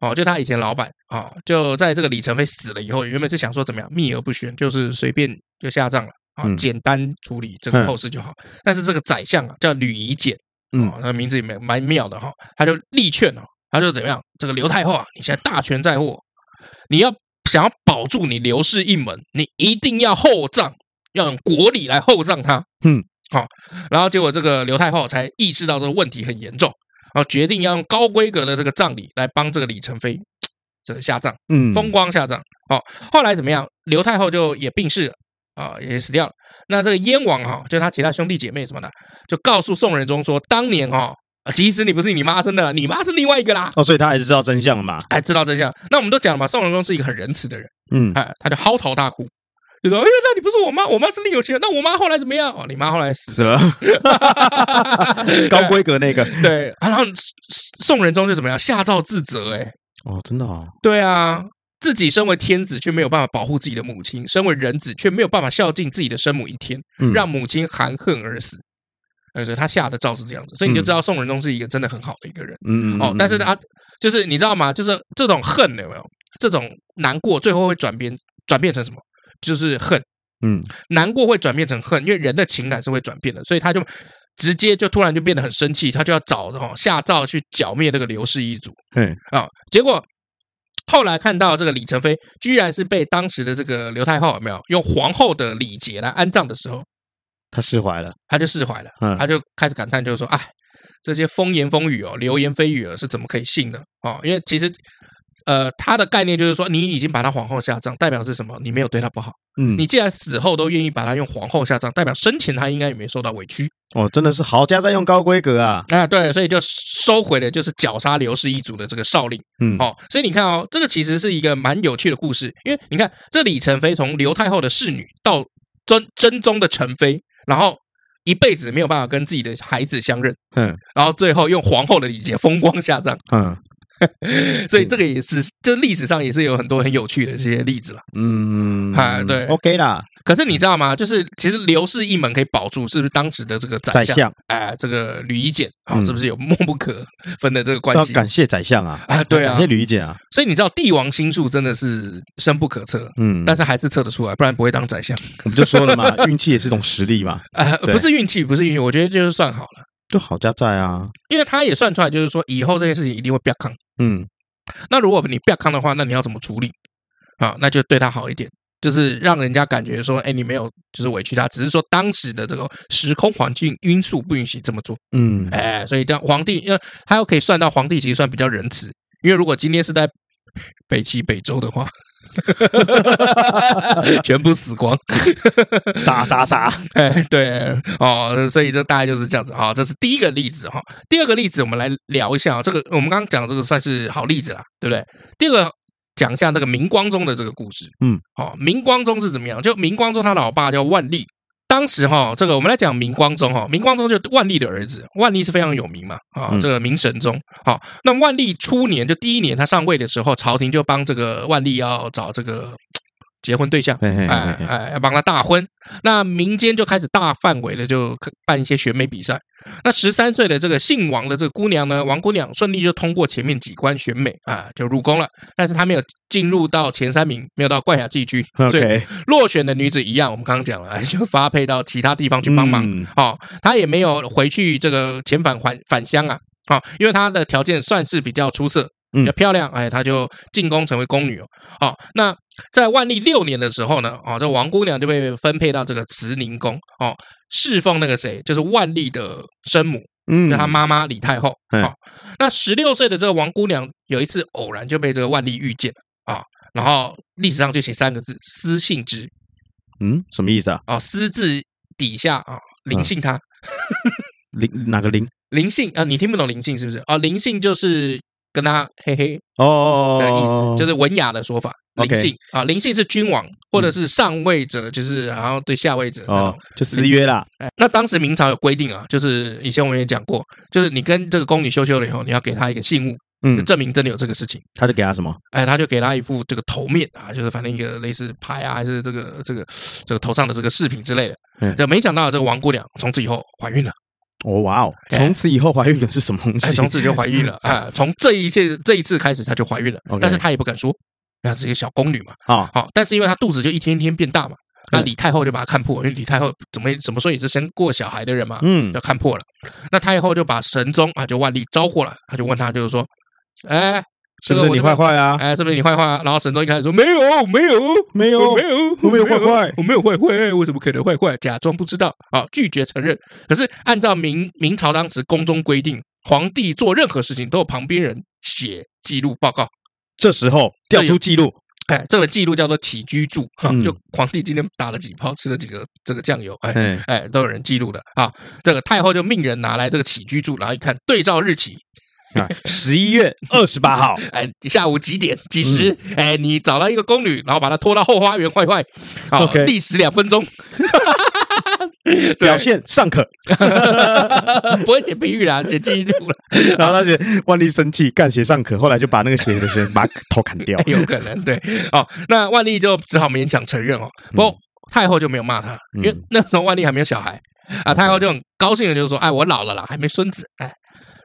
哦，就她以前老板啊、哦，就在这个李宸妃死了以后，原本是想说怎么样秘而不宣，就是随便就下葬了啊、
嗯
简单处理这个
嗯
后事就好。但是这个宰相啊，叫吕夷简，
嗯
哦，那名字也蛮蛮妙的哈、他就力劝哦，他就怎么样，这个刘太后啊，你现在大权在握，你要想要保住你刘氏一门，你一定要厚葬，要用国礼来厚葬他。
嗯，
好、然后结果这个刘太后才意识到这个问题很严重，然后决定要用高规格的这个葬礼来帮这个李宸妃这个下葬。
嗯，
风光下葬。哦，后来怎么样？刘太后就也病逝了啊、也死掉了。那这个燕王哈、就他其他兄弟姐妹什么的，就告诉宋仁宗说，当年哈、啊即使你不是你妈生的，你妈是另外一个啦。
哦，所以他还是知道真相了嘛。
哎，知道真相。那我们都讲了嘛，宋仁宗是一个很仁慈的人，
嗯，
哎，他就嚎啕大哭。就说：“哎呀，那你不是我妈，我妈是另有其人。那我妈后来怎么样？哦，你妈后来 死了。
死了，高规格那个
对，啊然后宋仁宗就怎么样，下诏自责、哎，
哦，真的哦，
对啊，自己身为天子却没有办法保护自己的母亲，身为人子却没有办法孝敬自己的生母一天，
嗯
让母亲含恨而死。呃，所以他下的诏是这样子，所以你就知道宋仁宗是一个真的很好的一个人
嗯嗯
哦
嗯。
但是
嗯
他就是你知道吗？就是这种恨有没有？这种难过最后会转变转变成什么？就是恨，
嗯
难过会转变成恨，因为人的情感是会转变的，所以他就直接就突然就变得很生气，他就要找哦下诏去剿灭这个刘氏一族。
嘿
啊、结果后来看到这个李宸妃居然是被当时的这个刘太后有没有用皇后的礼节来安葬的时候，
他释怀了，
她就释怀了，
嗯
她就开始感叹，就是说，哎，这些风言风语哦，流言蜚语哦，是怎么可以信的哦？因为其实。呃，她的概念就是说，你已经把她皇后下葬，代表是什么？你没有对她不好。
嗯，
你既然死后都愿意把她用皇后下葬，代表生前她应该也没受到委屈
哦，真的是豪家在用高规格啊，
啊。对，所以就收回了就是绞杀刘氏一族的这个诏令。
嗯，
哦，所以你看哦，这个其实是一个蛮有趣的故事，因为你看，这李宸妃从刘太后的侍女到真真宗的宸妃，然后一辈子没有办法跟自己的孩子相认，
嗯
然后最后用皇后的礼节风光下葬，
嗯
所以这个也是，就历史上也是有很多很有趣的这些例子啦。
嗯，
哎对
，OK 啦，
可是你知道吗？就是其实刘氏一门可以保住，是不是当时的这个
宰
宰相？
相
哎、这个吕夷简啊、
嗯
是不是有密不可分的这个
是
关
要
系？
感谢宰相啊，
啊，对
感
啊
谢，吕姐啊，
所以你知道帝王心术真的是深不可测，
嗯，
但是还是测得出来，不然不会当宰相。
我们就说了嘛， 运气也是一种实力嘛，
呃，
对
不是运气，不是运气，我觉得就是算好了，
就好家在啊，
因为他也算出来，就是说以后这件事情一定会不要康。
嗯
那如果你不要康的话，那你要怎么处理啊？那就对他好一点，就是让人家感觉说，哎，你没有就是委屈他，只是说当时的这个时空环境因素不允许这么做。
嗯，
哎，所以这样皇帝，因为他又可以算到皇帝其实算比较仁慈，因为如果今天是在北齐北周的话， 全部死光。
杀杀杀，
哎，对哦，所以这大概就是这样子啊、这是第一个例子哈、第二个例子，我们来聊一下、哦、这个，我们刚刚讲这个算是好例子啦，对不对？第二个讲一下这个明光宗的这个故事。
嗯，
哦，明光宗是怎么样？就明光宗他老爸叫万历，当时哈、这个我们来讲明光宗哈、明光宗就是万历的儿子，万历是非常有名嘛啊、
嗯
这个明神宗。好、那万历初年就第一年他上位的时候，朝廷就帮这个万历要找这个结婚对象。
嘿嘿嘿
哎
嘿，
哎，要帮他大婚。那民间就开始大范围的就办一些选美比赛。那十三岁的这个姓王的这个姑娘呢，王姑娘顺利就通过前面几关选美啊，就入宫了。但是她没有进入到前三名，没有到冠亚季军，所以
OK，
落选的女子一样，我们刚刚讲了，哎就发配到其他地方去帮忙。
嗯
哦，她也没有回去这个遣返还返乡啊。哦，因为她的条件算是比较出色，
嗯
比较漂亮，哎，她就进宫成为宫女哦。哦，那在万历六年的时候呢，哦，这王姑娘就被分配到这个慈宁宫，哦，侍奉那个谁，就是万历的生母，
嗯
就他妈妈李太后。
嗯
哦，那十六岁的这个王姑娘有一次偶然就被这个万历遇见了啊，然后历史上就写三个字“私信之”，
嗯，什么意思啊？
哦，私字底下
嗯
啊，灵性他
零哪个零？
灵性啊，你听不懂灵性是不是？哦，灵性就是跟他嘿嘿
哦，
的意思，就是文雅的说法。灵
OK 嗯
性啊，灵性是君王或者是上位者，就是然后对下位者那种
哦，就私约啦，
哎，那当时明朝有规定啊，就是以前我们也讲过，就是你跟这个宫女羞羞了以后，你要给她一个信物，就
嗯，
证明真的有这个事情。
他就给他什么？
哎，他就给她一副这个头面啊，就是反正一个类似牌啊，还是这个这个这个头上的这个饰品之类的。
嗯
就没想到这个王姑娘从此以后怀孕了。
哦，哇哦，
哎
从此以后怀孕的是什么 东
哎，
西？
从此就怀孕了啊！从这一切这一次开始，她就怀孕了
OK，
但是她也不敢说，那是一个小宫女嘛。
啊，
好，但是因为她肚子就一天一天变大嘛，那
嗯
李太后就把她看破，因为李太后怎么怎么说也是生过小孩的人嘛，
嗯
就看破了。那太后就把神宗啊，就万历招获了，他就问他就是说，哎，这
是不
个
是
我
你
这个
坏？坏啊？
哎，是不是你坏话？然后神宗一开始说没有，没有，
没有
哎我没，有，
我没有坏坏
我没有坏坏，我怎么可能坏坏？假装不知道啊，拒绝承认。可是按照明明朝当时宫中规定，皇帝做任何事情都有旁边人写记录报告。
这时候调出记录，
哎，这个记录叫做起居注，哈、
嗯
就皇帝今天打了几炮，吃了几个这个酱油，哎，
哎，
哎，都有人记录的啊。这个太后就命人拿来这个起居注，然后一看对照日期，
啊十一月二十 八号，
哎，下午几点几时？
嗯
哎，你找到一个宫女，然后把她拖到后花园坏坏，好，
OK
历时两分钟，
表现尚可。
不会写评语啦，写记录啦，
然后他写万历生气，干写尚可，后来就把那个写的人把头砍 掉。
有可能对。哦，那万历就只好勉强承认哦，不过太后就没有骂他，因为那时候万历还没有小孩啊，太后就很高兴的就是说，哎，我老了啦，还没孙子，哎。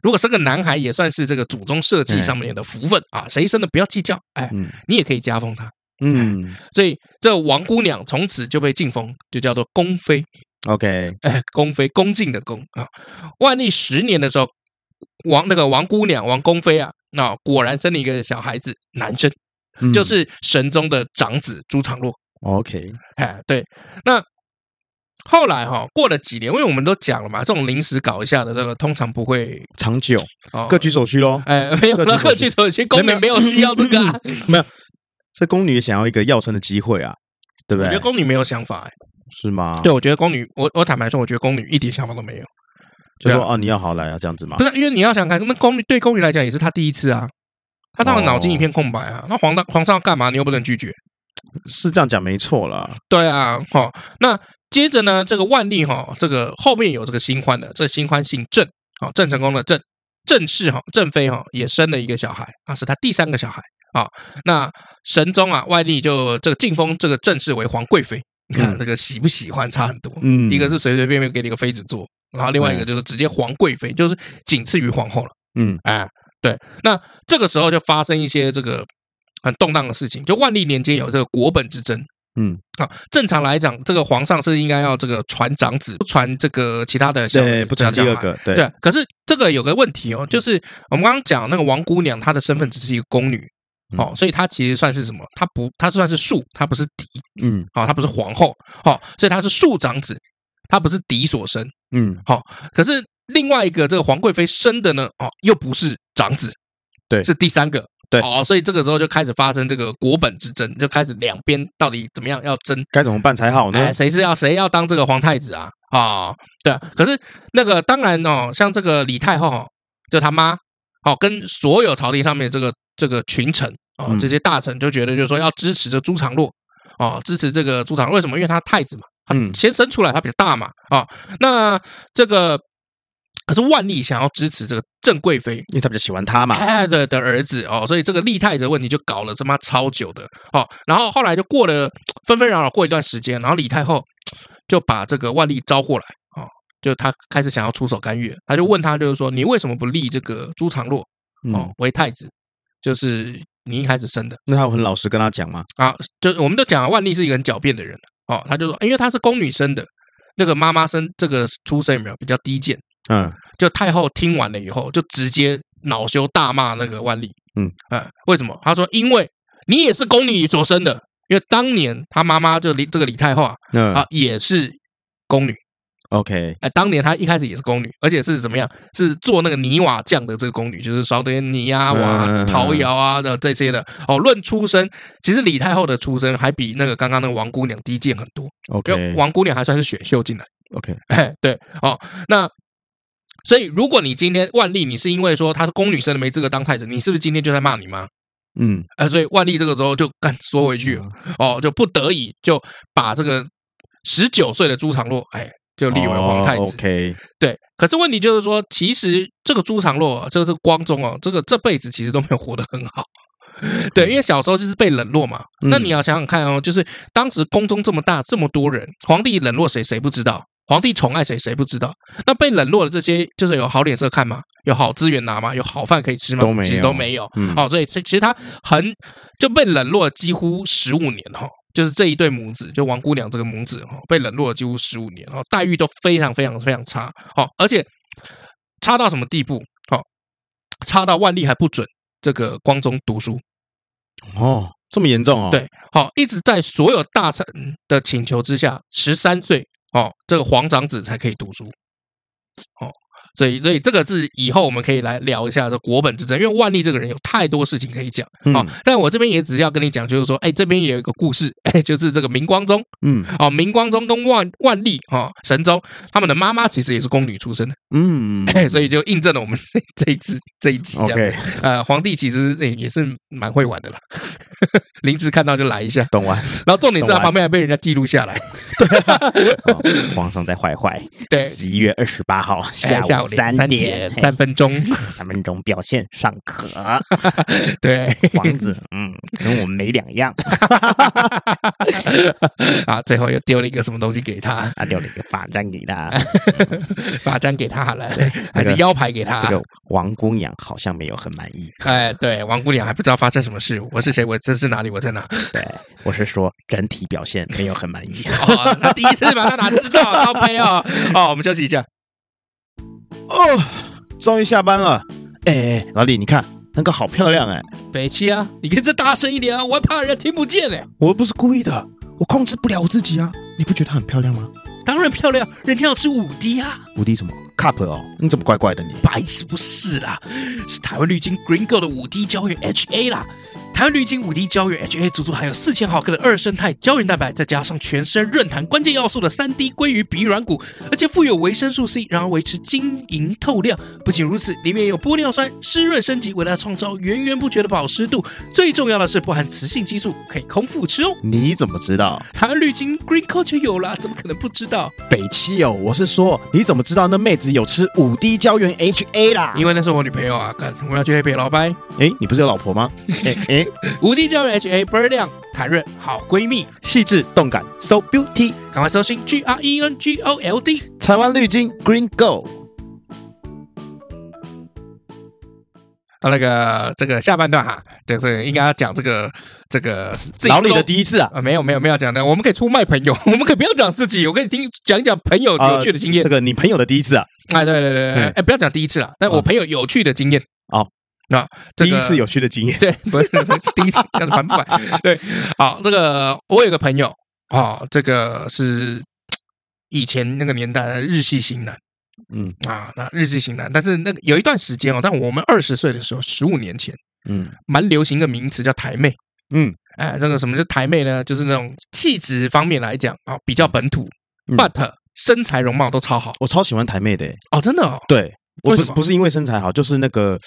如果生个男孩，也算是这个祖宗社稷上面的福分啊！谁生的不要计较，哎，
嗯
你也可以加封他。
嗯
所以这王姑娘从此就被晋封，就叫做恭妃。
，OK，
哎， 恭妃，恭敬的恭啊。万历十年的时候，王那个王姑娘王恭妃啊，那、果然生了一个小孩子，男生，
嗯
就是神宗的长子朱常洛。
OK，
哎，对，那后来哈、过了几年，因为我们都讲了嘛，这种临时搞一下的那个，通常不会
长久
哦
各。取所需喽。
哎， 没有，
各取
那
所
各
需
取所需，宫女没有需要这 个、啊，
没有，这宫女也想要一个要生的机会啊，对不
我觉
对
得？
啊
宫女没有想法、哎，
是吗？
对，我觉得宫女，我我坦白说，我觉得宫女一点想法都没有。
就说
对
哦，你要好来啊，这样子嘛
不。是，因为你要想看，那宫女对宫女来讲也是她第一次啊，她当然脑筋一片空白
哦
啊。那皇上皇上要干嘛，你又不能拒绝。
是这样讲没错啦。
对啊，哈、那接着呢，这个万历哈、这个后面有这个新欢的，这新欢姓郑，好、郑成功的郑，郑氏哈、郑妃哈、也生了一个小孩，啊，是他第三个小孩啊、那神宗啊，万历就这个晋封这个郑氏为皇贵妃，你看
嗯
这个喜不喜欢差很多，
嗯，
一个是随随便便给你个妃子做，然后另外一个就是直接皇贵妃，就是仅次于皇后了。
嗯，
哎，对，那这个时候就发生一些这个很动荡的事情，就万历年间有这个国本之争。
嗯，
啊，正常来讲，这个皇上是应该要这个传长子，不传这个其他的小
对，不传
小
第
小
二
孩
个，对，
对，啊可是这个有个问题哦，就是我们刚刚讲那个王姑娘，她的身份只是一个宫女
嗯
哦，所以她其实算是什么？她不，她算是庶，她不是嫡
嗯
哦，她不是皇后哦，所以她是庶长子，她不是嫡所生。
嗯，
可是另外一个这个皇贵妃生的呢，哦，又不是长子，
对
是第三个，
对
哦，所以这个时候就开始发生这个国本之争，就开始两边到底怎么样要争，
该怎么办才好呢
哎，？谁是要谁要当这个皇太子啊？啊、对啊，可是那个当然哦，像这个李太后、哦，就他妈，哦，跟所有朝廷上面这个这个群臣哦，
嗯
这些大臣就觉得就是说要支持这朱常洛，哦，支持这个朱常洛，为什么？因为他太子嘛，
嗯
先生出来，他比较大嘛，啊、那这个可是万历想要支持这个郑贵妃，
因为他比较喜欢他嘛。
哎的的儿子哦，所以这个立太子的问题就搞了他妈超久的哦，然后后来就过了纷纷扰扰过一段时间，然后李太后就把这个万历招过来哦，就他开始想要出手干预了，他就问他就是说你为什么不立这个朱常洛哦
嗯，
为太子，就是你一开始生的。
那他很老实跟他讲嘛。
啊，就我们都讲了万历是一个很狡辩的人哦，他就说，因为他是宫女生的，那个妈妈生这个出身有没有比较低贱？
嗯
就太后听完了以后，就直接恼羞大骂那个万历，
嗯
啊，为什么？他说，因为你也是宫女所生的，因为当年他妈妈就李这个李太后啊，
嗯
啊也是宫女，
，OK，
哎，当年她一开始也是宫女，而且是怎么样？是做那个泥瓦匠的这个宫女，就是烧这些泥啊、瓦啊、
嗯
陶窑啊的这些的。哦，论出身，其实李太后的出身还比那个刚刚那个王姑娘低贱很多，因为
OK，
王姑娘还算是选秀进来。
OK，
哎，对，哦，那所以如果你今天万历，你是因为说她是宫女生的没资格当太子，你是不是今天就在骂你妈？
嗯，
呃，所以万历这个时候就干缩回去了，哦，就不得已就把这个十九岁的朱常洛，哎，就立为皇太
哦
子。
OK，
对，可是问题就是说，其实这个朱常洛，啊这个是光宗哦，这个这辈子其实都没有活得很好。对，因为小时候就是被冷落嘛。
嗯
那你要想想看哦，就是当时宫中这么大，这么多人，皇帝冷落谁谁不知道，皇帝宠爱谁谁不知道。那被冷落的这些，就是有好脸色看吗？有好资源拿吗？有好饭可以吃吗？
都没有
其实都没有。
嗯
哦，所以其其实他很就被冷落了几乎十五年哈、哦，就是这一对母子，就王姑娘这个母子哈、哦，被冷落了几乎十五年哦，待遇都非常非常非常差哦，而且差到什么地步？哦，差到万历还不准这个光宗读书，
哦，这么严重哦？，
对，好、一直在所有大臣的请求之下，十三岁哦，这个皇长子才可以读书，哦，所以所以这个是以后我们可以来聊一下这国本之争，因为万历这个人有太多事情可以讲啊、哦
嗯，
但我这边也只是要跟你讲，就是说，哎，这边也有一个故事，哎，就是这个明光宗
嗯
哦，明光宗跟万万历哦神宗他们的妈妈其实也是宫女出身的，
嗯
哎，所以就印证了我 们这一次这一集这样子
，OK，
呃，皇帝其实也也是蛮会玩的啦。 林芝看到就来一下。
懂完，
然后重点是他
懂完
旁边还被人家记录下来，
哦皇上在坏坏。
对
十一月二十八号
哎下
午
三
三
点三分钟，
嘿三分钟表现尚可，
对，
王子，嗯，跟我们没两样。
啊，最后又丢了一个什么东西给他，
他啊丢了一个法杖给 他，
罚站给他好了，还
那个
是腰牌给他？
这个王姑娘好像没有很满意。
哎，对，王姑娘还不知道发生什么事，我是谁，我这是哪里，我在哪？
对，我是说整体表现没有很满意。
哦，那第一次嘛，他哪知道？高配 哦，哦，我们休息一下。
哦，终于下班了。哎、哎老李，你看那个好漂亮哎、
北七啊，你可以再大声一点啊，我还怕人家听不见嘞。
我又不是故意的，我控制不了我自己啊。你不觉得很漂亮吗？
当然漂亮，人家要吃五滴啊。
五 D 什么 cup 哦？你怎么怪怪的你？
白痴不是啦，是台湾绿金 Green Gold 的五 D 胶原 HA 啦。台湾绿金五 D 胶原 HA 足足含有四千毫克的二生态胶原蛋白，再加上全身润弹关键要素的三 D 鲑鱼鼻软骨，而且富有维生素 C，然后维持晶莹透亮。不仅如此，里面有玻尿酸，湿润升级，为它创造源源不绝的保湿度。最重要的是，不含雌性激素，可以空腹吃哦。
你怎么知道？
台湾绿金 Green Gold 就有啦，怎么可能不知道？
北七哦，我是说，你怎么知道那妹子有吃五 D 胶原 HA 啦？
因为那是我女朋友啊，干，我们要去黑北老白。
哎、你不是有老 婆吗？哎、哎、
无敌胶原 HA 倍儿亮，弹润好闺蜜，
细致动感，so beauty，
赶快搜寻 G R E N G O L D。
台湾绿金 Green Go。
啊，那个这个下半段哈，就是应该要讲这个这个自己
老李的
周
第一次啊，
啊，没有没有没有讲的，我们可以出卖朋友，我 们可以不要讲自己，我跟你听讲一讲朋友有趣的经验
这。个你朋友的第一次啊，
哎，对对对对，
嗯
哎，不要讲第一次了，但我朋友有趣的经验。
哦，
那这
第
个
一次有趣的经验。
对，不是不是第一次讲的烦不烦？对，好，这个我有个朋友，哦，这个是以前那个年代的日系型男
嗯
啊，那日系型男，但是那个有一段时间哦，但我们二十岁的时候，十五年前，
嗯
蛮流行一个名词叫台妹。
嗯
哎，这个什么叫台妹呢？就是那种气质方面来讲啊、比较本土、
嗯
b u t 身材容貌都超好
我超喜欢台妹的欸，
哦，真的哦，
对我
为
不
什
是
么
不是因为身材好，就是那个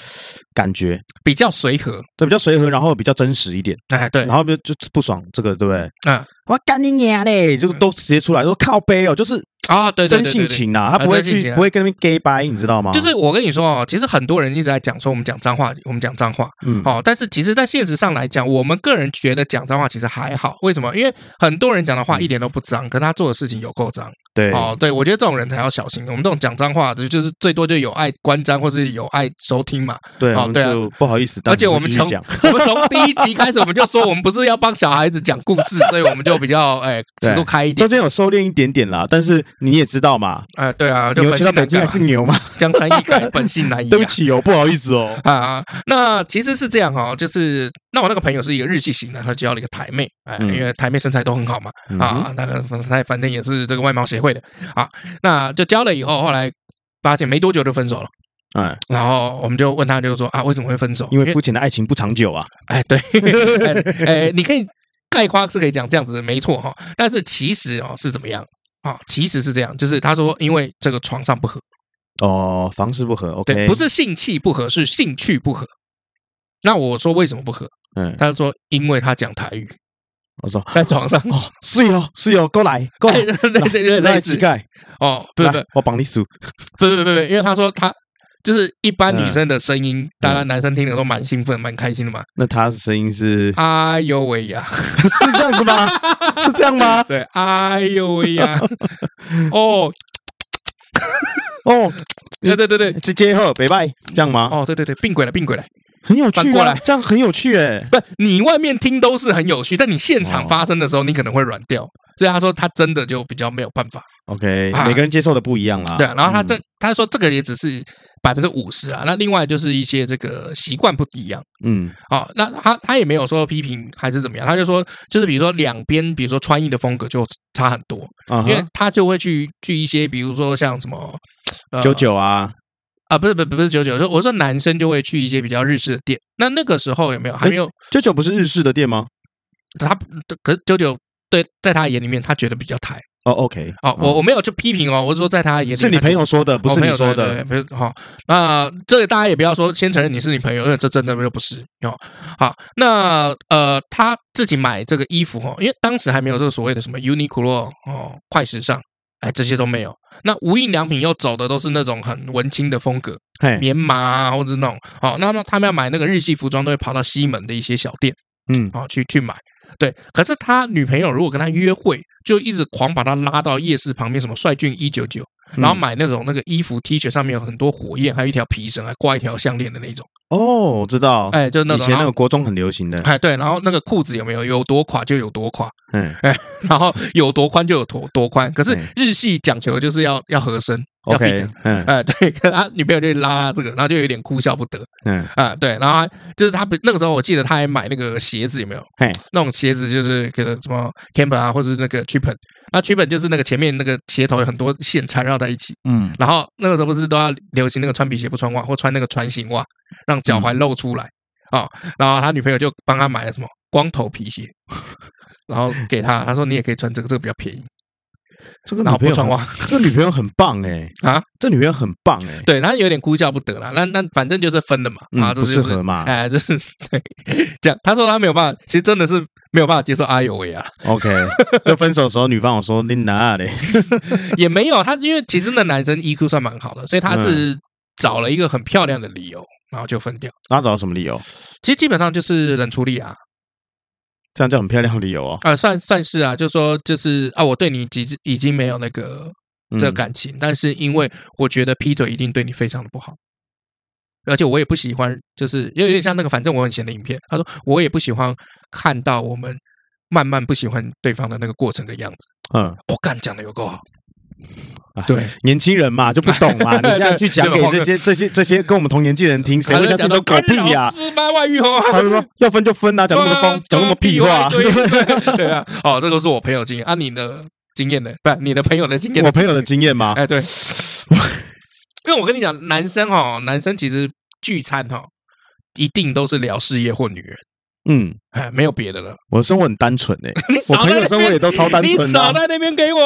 感觉，
比较随和。
对，比较随和，然后比较真实一点，
哎，对
然，后就就不爽这个，对不对？
嗯，
我干你娘嘞！就都直接出来说靠背哦，就是
啊，对，对
真性。
对对对
情啊，他不
啊
会
真性情
去
啊
不会跟那边 gay 掰，你知道吗？
就是我跟你说哦，其实很多人一直在讲说我们讲脏话，我们讲脏话，
嗯
哦，但是其实，在现实上来讲，我们个人觉得讲脏话其实还好。为什么？因为很多人讲的话一点都不脏，可他做的事情有够脏。
嗯对
哦，对，我觉得这种人才要小心。我们这种讲脏话的，就是最多就有碍观瞻或是有碍收听嘛。
对，
哦
我们
对啊
就不好意思，但
而且我们
继续
从
讲，
我们从第一集开始，我们就说我们不是要帮小孩子讲故事，所以我们就比较哎尺度开一点
中。间有收敛一点点啦，但是你也知道嘛，
哎，对啊，就
牛
本
吃
性
到
难
北
改
京还
嘛，
是牛嘛，
江山易改，本性难移啊。
对不起哦，不好意思哦，
啊，那其实是这样哦，就是那我那个朋友是一个日系型的，他交了一个台妹，哎，
嗯
因为台妹身材都很好嘛， 啊，那个反正反正也是这个外貌协会的啊，那就交了以后，后来发现没多久就分手了，
哎，
然后我们就问他，就说啊，为什么会分手？
因为肤浅的爱情不长久啊，
哎，对， 哎哎，你可以概括是可以讲这样子，没错哈、但是其实哦是怎么样啊、其实是这样，就是他说因为这个床上不合，
哦，房事不合
对，
，OK，
不，是性气不合，是兴趣不合。那我说为什么不合？
嗯，
他就说因为他讲台语，
我说，
在床上
哦，是哦，是哦，过来，过来
对，对对对，
来
类
乞
似
丐，
哦，不
来
不，
我帮你数，
不不不不，因为他说他就是一般女
嗯
生的声音，大家男生听了都蛮兴奋、蛮开心的嘛。
那他的声 音是
哎呦喂呀，
是这样子吗？是这样 吗？
对，哎呦喂 呀，哦，
哦，
对对对对，
直接后拜拜，这样吗？
哦对对对，并轨了并轨了。
很有趣
反
啊，
过来
这样很有趣哎，
不，你外面听都是很有趣，但你现场
哦
发生的时候，你可能会软掉。所以他说他真的就比较没有办法，
OK，
啊
每个人接受的不一样啦，
对啊、然后他这、
嗯
他说这个也只是百分之五十啊，那另外就是一些这个习惯不一样。
嗯
哦，那他他也没有说批评还是怎么样，他就说就是比如说两边，比如说穿衣的风格就差很多，
啊
因为
哈，
他就会去去一些比如说像什么呃
九九啊，
啊，不是不是不是九九，我说我说男生就会去一些比较日式的店，那那个时候有没有还没有
九九不是日式的店吗？
他可是九九对在他眼里面他觉得比较台
哦，OK，
哦，我我没有去批评哦，我是说在他眼里
是你
他就
朋友说的，不
哦
是你
朋友
说
对
的。
对对不是好、那这个大家也不要说先承认你是你朋友，因为这真的又不是哦。好，那呃，他自己买这个衣服哦，因为当时还没有这个所谓的什么 Uniqlo 哦，快时尚，哎，这些都没有。那无印良品又走的都是那种很文青的风格，
嘿，
棉麻啊，或者是那种哦，那么他们要买那个日系服装，都会跑到西门的一些小店
嗯，
哦去去买。对，可是他女朋友如果跟他约会，就一直狂把他拉到夜市旁边什么帅俊一九九，然后
嗯
买那种那个衣服 T 恤上面有很多火焰，还有一条皮绳，还挂一条项链的那种。
哦，我知道，
哎，就是那
以
种
前那
然
个
后
国中很流行的，
哎对，然后那个裤子有没有有多垮就有多垮，
嗯，
然后有多宽就有多多宽。可是
嗯
日系讲求的就是要要合身，要 fit
OK，。嗯
哎，对，可他女朋友就拉这个，然后就有点哭笑不得
嗯，
啊、对，然后还就是他不那个时候，我记得他还买那个鞋子，有没有？
嘿，
那种鞋子就是可能什么 Camper 啊，或者是那个 Chipen，那 Chipen 就是那个前面那个鞋头有很多线缠绕在一起，
嗯，
然后那个时候不是都要流行那个穿皮鞋不穿袜，或穿那个船型袜，让脚踝露出来啊、哦然后他女朋友就帮他买了什么光头皮鞋， 然后给他，他说你也可以穿这个，这个比较便宜，
这个
然
女
后
朋
不
友
穿
很，
袜
这个女朋友很棒哎，
啊。
这女朋友很棒哎，
对他有点哭笑不得啦。那那反正就是分了嘛，啊，
嗯，
这
不适
就是
合嘛
哎，就是对这样。他说他没有办法，其实真的是没有办法接受阿尤维啊，
，OK，就分手的时候，女方我说你哪嘞？
也没有他，因为其实那男生 EQ 算蛮好的，所以他
嗯
是找了一个很漂亮的理由，然后就分掉。
那找到什么理由？
其实基本上就是冷处理啊，
这样叫很漂亮的理由哦，
啊、算算是啊，就说就是啊，我对你已经已经没有那个
嗯
这感情，但是因为我觉得劈腿一定对你非常的不好，而且我也不喜欢，就是有点像那个反正我很闲的影片，他说我也不喜欢看到我们慢慢不喜欢对方的那个过程的样子。
嗯，
我、干讲的有够好
啊，
对，
年轻人嘛就不 懂嘛，你现在去讲给
对
这 些这些这些跟我们同年纪人听，谁会相信都狗屁呀？
四八外遇哦。
他们说要分就分 啊，讲那 么疯，讲那么屁话。
对对对 啊！哦，这都是我朋友经验啊，你的经验呢？不，你的朋友的经验呢
我朋友的经验吗？
哎，对， 因为我跟你讲，男生哦，男生其实聚餐哦，一定都是聊事业或女人，
嗯，
哎，没有别的了。
我的生活很单纯诶，
你 少
我朋
在
友
那
生活也
边，
都超单
你
纯的
少
啊。
在那边给我。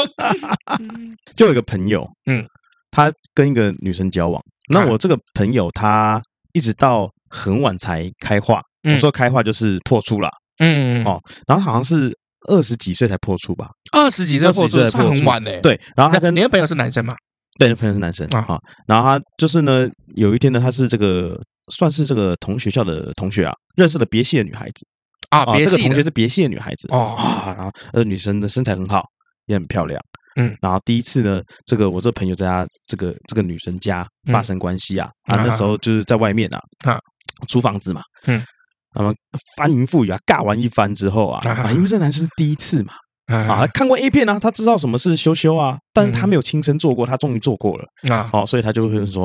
就有一个朋友，
嗯，
他跟一个女生交往，那我这个朋友他一直到很晚才开化，
嗯
我说开化就是破处啦，
嗯，
哦然后好像是二十几岁才破处吧？
二十几岁破处
20几岁
算
破
很
处
晚嘞。，
对，然后他
嗯那
跟
你的朋友是男生吗？
对，那朋友是男生
啊
啊、然后他就是呢，有一天呢，他是这个算是这个同学校的同学啊，认识了别系的女孩子
啊，
啊，
别
这个
系
同学
的
是别系的女孩子
哦，
啊，然后呃，女生的身材很好，也很漂亮，
嗯，
然后第一次呢，这个我这朋友在他这个这个女生家
嗯
发生关系啊，
啊
啊，那时候就是在外面啊，
啊，
租房子嘛，
嗯。
那么翻云覆雨啊，尬完一番之后啊，
啊
啊，因为这男生是第一次嘛，啊
啊，嗯
看过 A 片啊，他知道什么是羞羞啊，但是他没有亲身做过，他终于做过了，
啊，
好、所以他就会说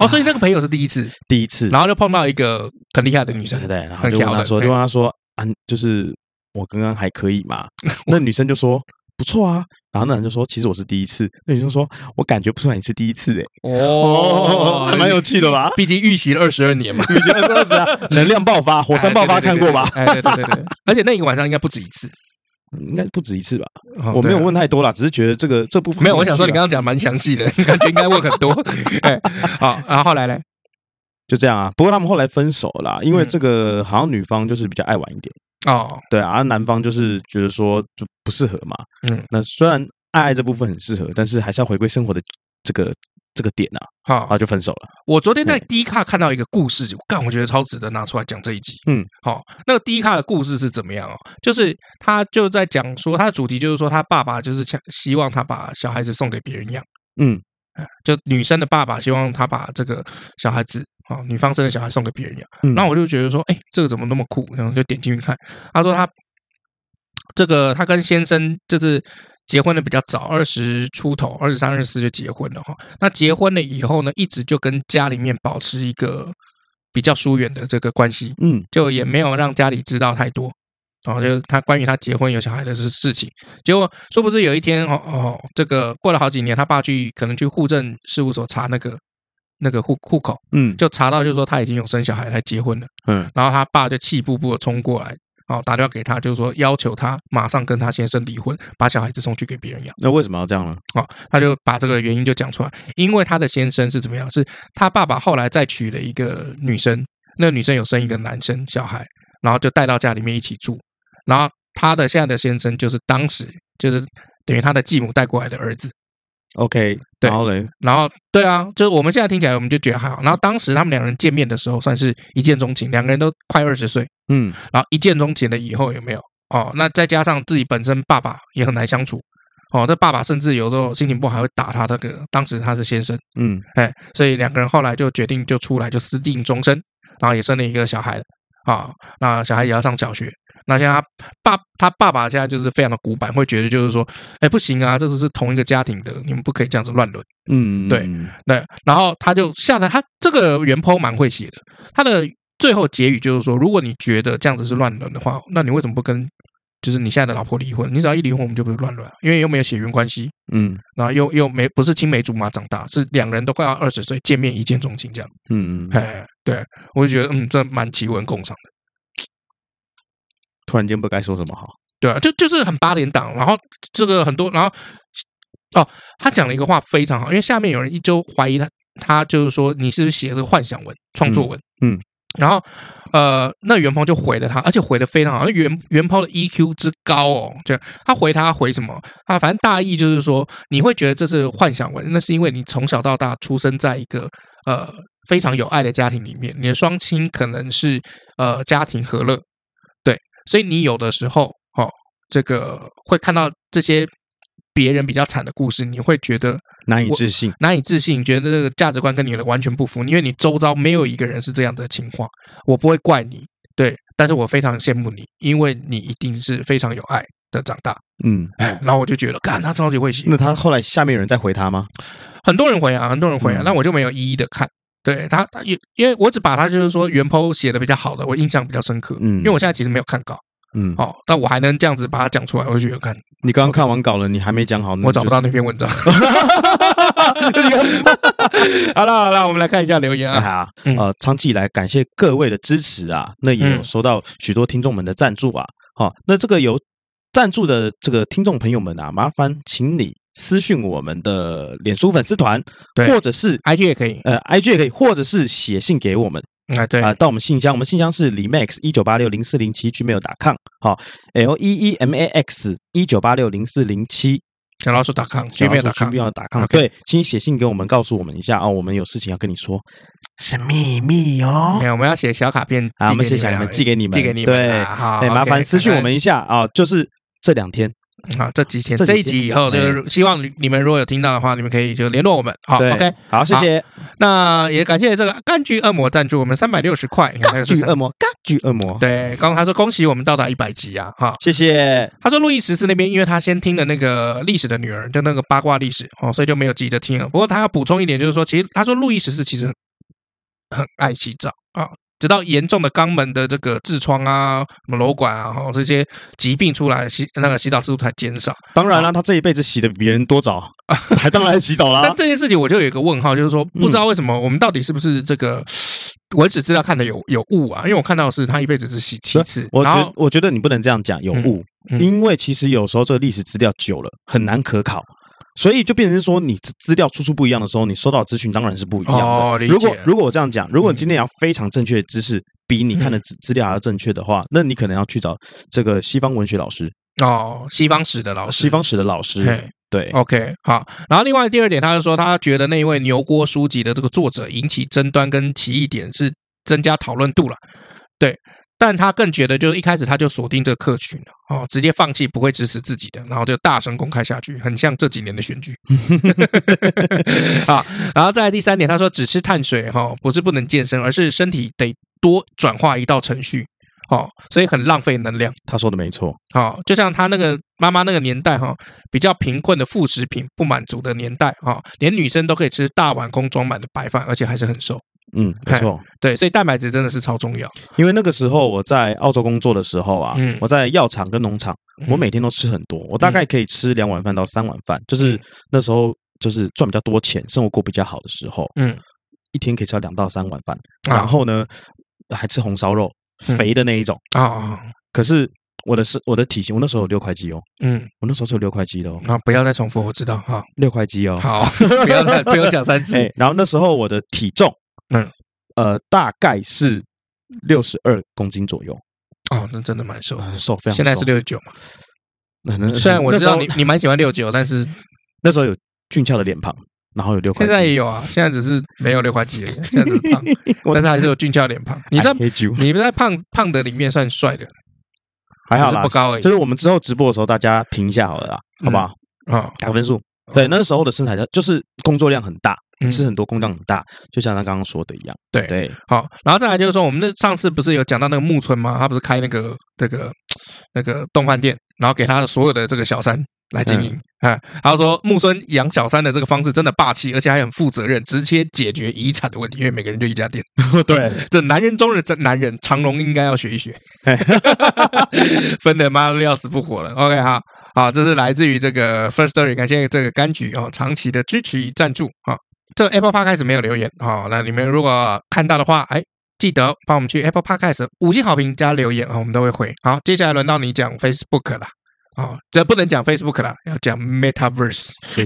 哦，所以那个朋友是第一次，
第一次，
然后就碰到一个很厉害的女生
对对，对，然后
很
就问
挑
他
的
说，
对
就问他说啊，就是我刚刚还可以嘛？ 那女生就说不错啊，然后那人就说其实我是第一次，那女生说我感觉不出来你是第一次哎、
哦
还蛮有趣的吧？
毕竟预习了二十二年嘛，
你觉得是不是啊？ 能量爆发，火山爆发看过吧？
哎，对对对对，对而且那个晚上应该不止一次。
嗯应该不止一次吧？
哦
我没
对
有
啊
问太多啦，只是觉得这个这部分
没有，我想说你刚刚讲蛮详细的，感觉应该问很多。哎，好，然后后来呢？
就这样啊。不过他们后来分手了啦，因为
嗯
这个好像女方就是比较爱玩一点。
哦，
对啊，男方就是觉得说就不适合嘛。
嗯，
那虽然爱爱这部分很适合，但是还是要回归生活的这个这个点啊，然
好
后，就分手了。
我昨天在 D 卡看到一个故事，我干，我觉得超值得拿出来讲这一集。
嗯，
好，那个 D 卡的故事是怎么样哦？就是他就在讲说，他的主题就是说，他爸爸就是想希望他把小孩子送给别人养，
嗯
就女生的爸爸希望他把这个小孩子。哦，女方生的小孩送给别人养，
嗯，
那我就觉得说，哎，这个怎么那么酷？然后就点进去看，他说他这个他跟先生就是结婚的比较早，二十出头，二十三、二十四就结婚了哈。那结婚了以后呢，一直就跟家里面保持一个比较疏远的这个关系，
嗯
就也没有让家里知道太多。哦，就是他关于他结婚有小孩的事事情，结果殊不知有一天哦哦，这个过了好几年，他爸去可能去户政事务所查那个那个户户口，
嗯
就查到就说他已经有生小孩，他结婚了。
嗯
然后他爸就气呼呼的冲过来，哦，打电话给他，就是说要求他马上跟他先生离婚，把小孩子送去给别人养。
那为什么要这样呢？
哦，他就把这个原因就讲出来，因为他的先生是怎么样？是他爸爸后来再娶了一个女生，那个女生有生一个男生小孩，然后就带到家里面一起住，然后他的现在的先生就是当时就是等于他的继母带过来的儿子，
OK，
对
然后嘞，
然后对啊，就是我们现在听起来我们就觉得还好，然后当时他们两人见面的时候算是一见钟情，两个人都快二十岁，
嗯，
然后一见钟情了以后有没有？哦，那再加上自己本身爸爸也很难相处，哦，这爸爸甚至有时候心情不好还会打他那个当时他的先生，
嗯，
哎，所以两个人后来就决定就出来就私定终身，然后也生了一个小孩了啊、那小孩也要上小学。那现在他爸他爸爸现在就是非常的古板，会觉得就是说，哎，不行啊，这个是同一个家庭的，你们不可以这样子乱伦。
嗯，
对
嗯，
对，然后他就下来，他这个原 po 蛮会写的，他的最后结语就是说，如果你觉得这样子是乱伦的话，那你为什么不跟就是你现在的老婆离婚？你只要一离婚，我们就不是乱伦啊，因为又没有血缘关系，
嗯
然后又又没不是青梅竹马长大，是两人都快要二十岁见面一见钟情这样。
嗯嗯，
哎，对我就觉得嗯，这蛮奇闻共赏的，
突然间不该说什么好。
对啊，就就是很八点档，然后这个很多，然后哦，他讲了一个话非常好，因为下面有人一周怀疑他，他就是说你是不是写这个幻想文创作文，
嗯嗯
然后呃，那袁鹏就回了他，而且回的非常好，那袁袁鹏的 EQ 之高哦，就他回他回什么啊，反正大意就是说你会觉得这是幻想文，那是因为你从小到大出生在一个呃非常有爱的家庭里面，你的双亲可能是呃家庭和乐，对，所以你有的时候哦，这个会看到这些别人比较惨的故事，你会觉得
难以置信，
难以置信，觉得这个价值观跟你的完全不符，因为你周遭没有一个人是这样的情况。我不会怪你，对，但是我非常羡慕你，因为你一定是非常有爱的长大。
嗯，
哎，然后我就觉得，干他超级会写，
那他后来下面有人在回他吗？
很多人回啊，很多人回啊
嗯，
那我就没有一一的看。对他，他因因为我只把他就是说原 po 写的比较好的，我印象比较深刻。
嗯
因为我现在其实没有看稿，
嗯，
哦，但我还能这样子把它讲出来，我就觉得看
你刚刚看完稿了，你还没讲好，那
我
就
找不。到那篇文章。好了好了，我们来看一下留言
哎
啊。
呀，
嗯
呃，长期以来感谢各位的支持啊，那也有
嗯
收到许多听众们的赞助啊。好、那这个有赞助的这个听众朋友们啊，麻烦请你私讯我们的脸书粉丝团，
对
或者是
IG 也可以，
呃 IG 也可以，或者是写信给我们。
嗯啊，对
啊、到我们信箱，我们信箱是 lemax 一九八六零四零七 gmail.com，好、l e e m a x 一九八六零四零七
小老鼠 .com、gmail.com 哦
打 com，
OK
对，请写信给我们，告诉我们一下啊、我们有事情要跟你说，是秘密哦
没。有，我们要写小卡片，
啊，我们
寄
写
给
小
你
卡
们
片寄给你们，
寄给你们
对，
啊好
哎，麻
OK，
烦私信
看看
我们一下啊、就是这两天，
好，这几天
这几
这
天
一集以后，就是希望你们如果有听到的话，你们可以就联络我们。好
对
，OK，
好，谢谢。
那也感谢这个柑橘恶魔赞助我们三百六十块，你看
嘎
这个是
举
什么
恶魔，嘎举恶魔，
对，刚刚他说恭喜我们到达一百集啊，哈，
谢谢。
他说路易十四那边，因为他先听了那个历史的女儿，就那个八卦历史哦，所以就没有急着听了。不过他要补充一点，就是说，其实他说路易十四其实很很爱洗澡啊、直到严重的肛门的这个痔疮啊、什么瘘管啊、哦这些疾病出来，洗那个洗澡次数才减少。
当然了，他这一辈子洗的比别人多早， 还当然洗澡啦
但。这件事情我就有一个问号，就是说不知道为什么我们到底是不是这个文史资料看的有有误啊？因为我看到的是他一辈子只洗七次，
我
然
觉
后
我觉得你不能这样讲，有误，
嗯嗯
因为其实有时候这个历史资料久了很难可考，所以就变成说你资资料出处不一样的时候，你收到的资讯当然是不一样的。
哦理解嗯
如果如果我这样讲，如果你今天要非常正确的知识。比你看的资资料还要正确的话，那你可能要去找这个西方文学老师、
哦，西方史的老师，
西方史的老师
嘿。哦
对，
OK，好。然后另外第二点，他就说他觉得那一位牛锅书籍的这个作者引起争端跟歧义点是增加讨论度了，对。但他更觉得，就是一开始他就锁定这个客群了哦，直接放弃不会支持自己的，然后就大声公开下去，很像这几年的选举啊。然后再来第三点，他说只吃碳水哈、哦，不是不能健身，而是身体得多转化一道程序哦，所以很浪费能量。
他说的没错。
哦，就像他那个妈妈那个年代哈、比较贫困的副食品不满足的年代哈、连女生都可以吃大碗空装满的白饭，而且还是很瘦。
嗯，没错。
对，所以蛋白质真的是超重要。
因为那个时候我在澳洲工作的时候啊，
嗯
我在药厂跟农场，我每天都吃很多，我大概可以吃两碗饭到三碗饭，
嗯
就是那时候就是赚比较多钱，生活过比较好的时候，
嗯，
一天可以吃到两到三碗饭，
啊
然后呢还吃红烧肉，
嗯
肥的那一种，
啊、哦，
可是我的是我的体型，我那时候有六块肌哦，
嗯，
我那时候是有六块肌的哦，
好，不要再重复，我知道哈。
六块肌哦。
嗯好， 不要再不用讲三次
哎，，然后那时候我的体重，
嗯，
呃，大概是六十二公斤左右，
哦，那真的蛮瘦。
很瘦，非常瘦。
现在是六九 嘛，
那，那
虽然我
那
知
时候
道你你蛮喜欢六九，但是
那时候有俊俏的脸庞，然后有六块
现
肌，
在 也有啊，现在只是没有六块肌而已，现在只是 胖，
我
但是还是有俊俏脸庞。你 在
I hate you
你在胖胖的里面算帅的
还好
只
啦
是不，高而已
就是我们之后直播的时候，大家评一下好了啦，好不好？
啊，
打个分数。对，那时候的身材就是工作量很大，
嗯
吃很多，工作量很大，就像他刚刚说的一样。
对
对，
好，然后再来就是说，我们那上次不是有讲到那个木村吗？他不是开那个这个那个动饭店，然后给他的所有的这个小三来经营啊。他说木村养小三的这个方式真的霸气，而且还很负责任，直接解决遗产的问题，因为每个人就一家店。
对，
这男人中的真男人，长隆应该要学一学， 分的妈的要死不活了。OK 哈，好，这是来自于这个 First Story，感谢这个柑橘哦长期的支持与赞助啊、这 Apple Podcast 没有留言哦，那你们如果看到的话，哎。记得帮我们去 Apple Podcast 五星好评加留言啊、哦，我们都会回。好，接下来轮到你讲 Facebook 啦，哦，这不能讲 Facebook 啦，要讲 Metaverse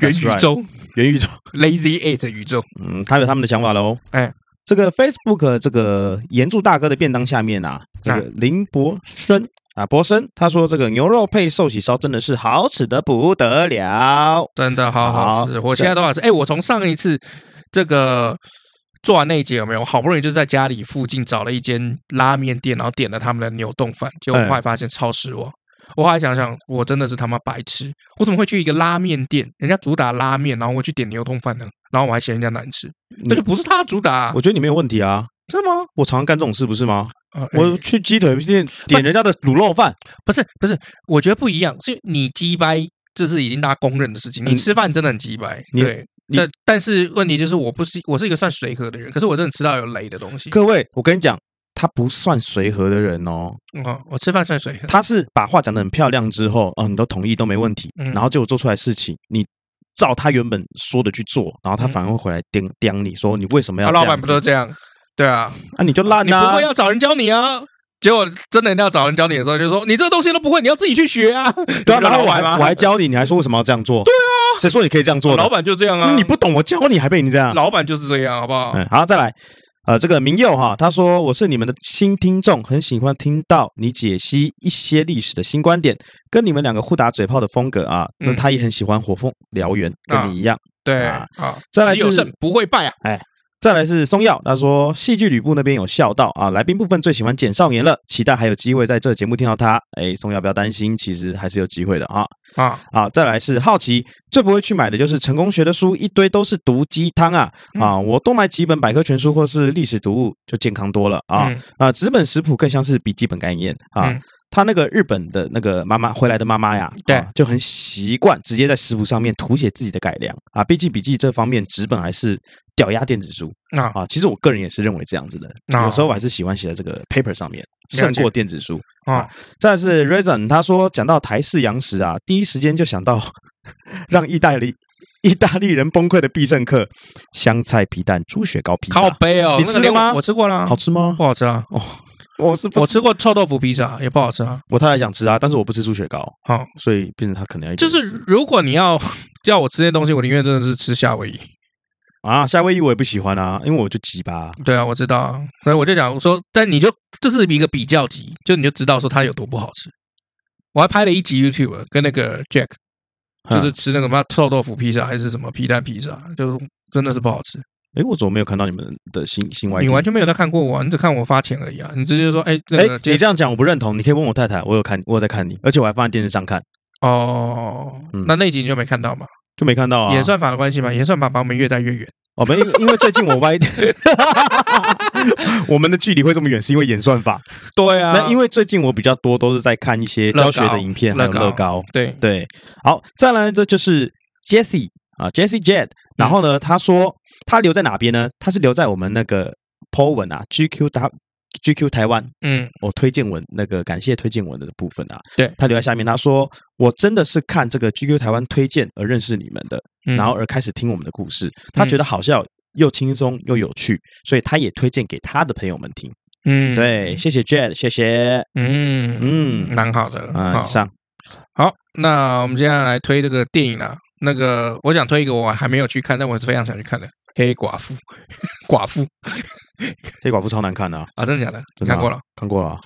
元宇，宙
元宇宙，
Lazy Eight 宇宙。
嗯，他有他们的想法喽。
哎，
这个 Facebook 这个岩柱大哥的便当下面啊，这个林博生啊，博生他说这个牛肉配寿喜烧真的是好吃的不得了。
真的好好吃，我现在都好吃。哎、我从上一次这个做完那一节有没有？我好不容易就在家里附近找了一间拉面店，然后点了他们的牛冻饭，结果我
嗯
后来发现超失望。我后来想想，我真的是他妈白痴！我怎么会去一个拉面店，人家主打拉面，然后我去点牛冻饭呢？然后我还嫌人家难吃，那就不是他主打、啊
我，觉得你没有问题啊，
真的吗？
我常常干这种事不是吗？
啊哎
我去鸡腿店点人家的卤肉饭，
不是不是，我觉得不一样，是你鸡掰，这是已经大家公认的事情。你
嗯
吃饭真的很鸡掰，
你
对。
你
但但是问题就是，我不是我是一个算随和的人，可是我真的吃到有雷的东西。
各位，我跟你讲，他不算随和的人哦，
哦，我吃饭算随和，
他是把话讲得很漂亮之后，啊，你都同意都没问题，
嗯
然后结果做出来事情，你照他原本说的去做，然后他反而会回来叮叮你说你为什么
他
要
啊老
这
板
样
不都
子？
这样？对啊，
啊，你就烂
你不
啊
会！要找人教你啊。结果真的要找人教你的时候，就说你这个东西都不会，你要自己去学啊。
对啊，
你不
然
觉得
后我
好
还
玩吗？
我还教你，你还说为什么要这样做？对啊，谁说你可以这样做的？
老板就这样啊，
嗯，你不懂，我教你还被你这样。
老板就是这样，好不好？
嗯，好，再来。呃，这个明佑哈，他说我是你们的新听众，很喜欢听到你解析一些历史的新观点，跟你们两个互打嘴炮的风格啊，那
嗯
他也很喜欢火凤燎原，
啊
跟你一样。
对
啊
啊，
再来
只有
是
胜不会败啊。
再来是松耀，他说戏剧吕布那边有笑到啊，来宾部分最喜欢简少年了，期待还有机会在这节目听到他。哎，松耀不要担心，其实还是有机会的啊。
啊，
啊，再来是好奇，最不会去买的就是成功学的书，一堆都是毒鸡汤啊
嗯
啊！我多买几本百科全书或是历史读物，就健康多了啊、
嗯
啊！纸本食谱更像是笔记本概念啊。
嗯
他那个日本的那个妈妈回来的妈妈呀，
对
啊就很习惯直接在食谱上面涂写自己的改良啊。毕竟笔记这方面，纸本还是屌压电子书
啊
啊。其实我个人也是认为这样子的，
啊
有时候我还是喜欢写在这个 paper 上面，胜
解
过电子书。
啊
再来是 Reason，他说讲到台式洋食啊，第一时间就想到 让意大利意大利人崩溃的必胜客——香菜皮蛋猪血糕披萨
靠，背哦，
你
那个
吃了
连我
吗
我吃过啦
好，吃吗
不？好吃啊？
我是不
我吃过臭豆腐披萨，也不好吃啊。
我太太想吃啊，但是我不吃猪血糕，
好，
所以变成他可能要一
就
个人
是
吃
如果你要 要我吃这些东西，我宁愿真的是吃夏威夷。
啊，夏威夷我也不喜欢啊，因为我就鸡巴。
对啊，我知道啊，所以我就讲说，但你就这是一个比较级，就你就知道说它有多不好吃。我还拍了一集 YouTube 跟那个 Jack，就是
嗯
吃那个嘛臭豆腐披萨还是什么皮蛋披萨，就是真的是不好吃。
哎，我怎么没有看到你们的新新外
你
地？
完全没有在看过我啊，你只看我发钱而已啊！你直接说，哎，那
哎
个，
你
接
这样讲我不认同，你可以问我太太，我有看，我有在看你，而且我还放在电视上看，
哦
嗯，
那那集你就没看到嘛？
就没看到啊。
演算法的关系嘛，演算法把我们越带越远。
我们因为因为最近我歪， 我们的距离会这么远，是因为演算法。
对啊
那因为最近我比较多都是在看一些教学的影片，
乐
还有
高
乐高。
对
对，好，再来这就是 Jesse 啊，Jesse Jed。然后
嗯
呢，他说他留在哪边呢？他是留在我们那个 po 文啊，GQ 台 GQ 台湾
嗯
我推荐文那个感谢推荐文的部分啊，
对
他留在下面，他说我真的是看这个 GQ 台湾推荐而认识你们的，
嗯
然后而开始听我们的故事，他觉得好笑又轻松又有趣，所以他也推荐给他的朋友们听。
嗯，，
对，谢谢 Jet，谢谢，
嗯，
嗯
蛮好的
啊，
好
以上
好，那我们接下来推这个电影啊，那个我想推一个我还没有去看，但我是非常想去看的《黑寡妇》。 寡妇
黑寡妇超难看的啊，
啊，真的假的？你
真的啊
看过了？
看过了啊，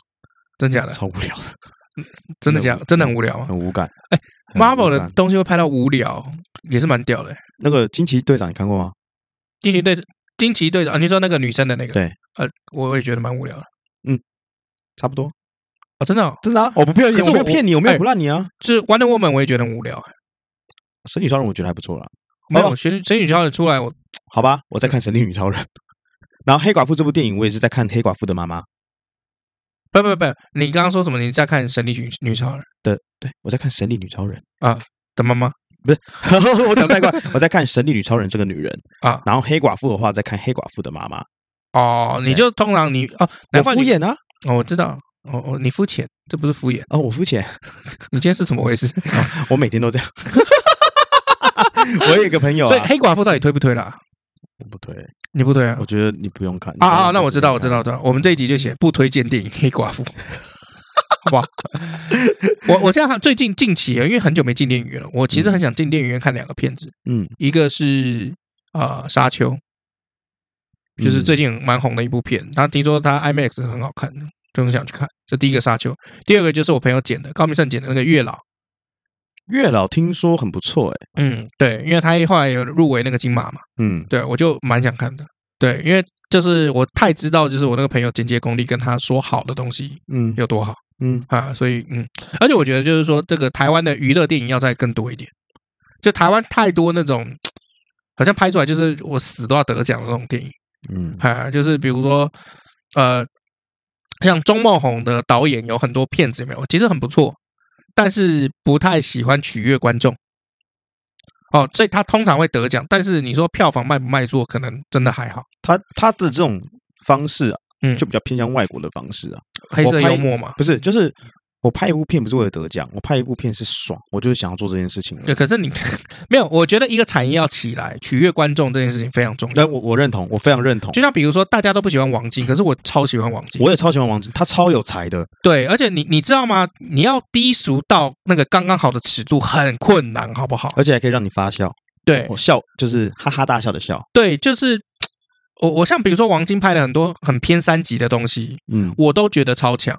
真的假的？
超无聊的，
真的假的？真的很无聊啊
很无感。
哎
很无
！Marvel 的
感
东西会拍到无聊，也是蛮屌的欸。
那个惊奇队长，你看过吗？
惊奇队惊奇队长，啊你说那个女生的那个？
对，
呃，我也觉得蛮无聊的。
差不多，
哦，真的哦，
真的啊，我不骗你，
可是
我没
我
有骗你，我没
哎
有不让你啊。
就是 Wonder Woman 我也觉得很无聊欸。
神女超人我觉得还不错啦，
没
哦
有神神女超人出来，我
好吧，我在看神力女超人。然后黑寡妇这部电影，我也是在看黑寡妇的妈妈
不不不，你刚刚说什么？你在看神力女女超人
的，对我在看神力女超人，
的妈妈？
我讲太快，我在看神力女超人这个女人
啊
然后黑寡妇的话，在看黑寡妇的妈妈，
哦，你
对
就通常你哦，
我
难怪
敷
你
衍啊，
哦，我知道，哦哦，你肤浅，这不是敷衍，
哦，我肤浅，
你今天是怎么回
哦
事？
我每天都这样。 我有一个朋友
所以
啊，
黑寡妇到底推不推啦？
我不推，
你不推啊
我？觉得你不用看
啊啊，那我知道，我知。
你不用看
道，知道。我们这一集就写不推荐电影《黑 寡妇》，好不好？ 我我现在最近近期，啊因为很久没进电影院了，我其实很想进电影院看两个片子，
嗯，
一个是啊《沙丘》，就是最近蛮红的一部片，他听说他 IMAX 很好看，就很想去看。这第一个《沙丘》，第二个就是我朋友剪的高明胜剪的那个《月老》。
月老听说很不错，哎，
嗯，对，因为他后来有入围那个金马嘛，
嗯
对我就蛮想看的。对，因为就是我太知道，就是我那个朋友剪接功力跟他说好的东西
嗯
有多好
嗯，
啊，所以嗯，而且我觉得就是说，这个台湾的娱乐电影要再更多一点，就台湾太多那种好像拍出来就是我死都要得奖的那种电影
嗯
啊，就是比如说呃，像钟茂宏的导演有很多片子有没有，其实很不错，但是不太喜欢取悦观众。哦，所以他通常会得奖，但是你说票房卖不卖座，可能真的还好。
他他的这种方式啊，
嗯
就比较偏向外国的方式啊，
黑色
我拍
幽默嘛，
不是，就是我拍一部片不是为了得奖，我拍一部片是爽，我就是想要做这件事情而已。
对，可是你没有，我觉得一个产业要起来，取悦观众这件事情非常重要。
那我我认同，我非常认同
就。像比如说，大家都不喜欢王晶，可是我超喜欢王晶。
我也超喜欢王晶，他超有才的。
对，而且你你知道吗？你要低俗到那个刚刚好的尺度很困难，好不好？
而且还可以让你发笑，
对
我笑就是哈哈大笑的笑。
对，就是我我像比如说王晶拍了很多很偏三级的东西，
嗯
我都觉得超强。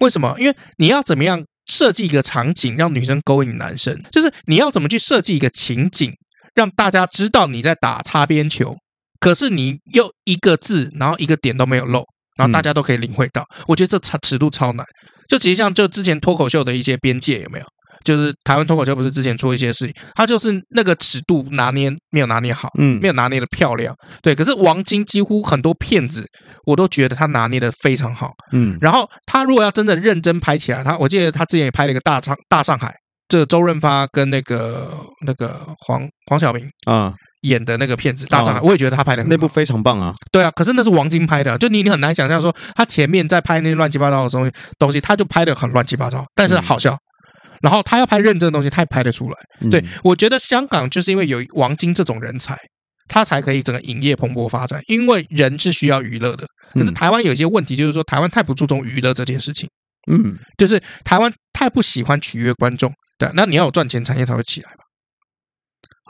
为什么？因为你要怎么样设计一个场景，让女生勾引男生，就是你要怎么去设计一个情景，让大家知道你在打擦边球，可是你又一个字，然后一个点都没有漏，然后大家都可以领会到。我觉得这尺尺度超难。就其实像就之前脱口秀的一些边界有没有？就是台湾脱口秀不是之前出一些事情，它就是那个尺度拿捏没有拿捏好，
嗯
没有拿捏的漂亮。对，可是王晶几乎很多片子，我都觉得他拿捏的非常好。
嗯
然后他如果要真的认真拍起来，他我记得他之前也拍了一个大上大上海，这个周润发跟那个那个黄黄晓明
啊，
演的那个片子《大上海》，我也觉得他拍的
哦那部非常棒啊。
对啊，可是那是王晶拍的，就你你很难想象说他前面在拍那些乱七八糟的东西东西，他就拍的很乱七八糟，但是好笑。然后他要拍认真的东西，他也拍得出来。
嗯
对，我觉得香港就是因为有王晶这种人才，他才可以整个影业蓬勃发展。因为人是需要娱乐的，可是
嗯
台湾有一些问题，就是说台湾太不注重娱乐这件事情。
嗯，
就是台湾太不喜欢取悦观众，对，啊那你要有赚钱，产业才会起来吧？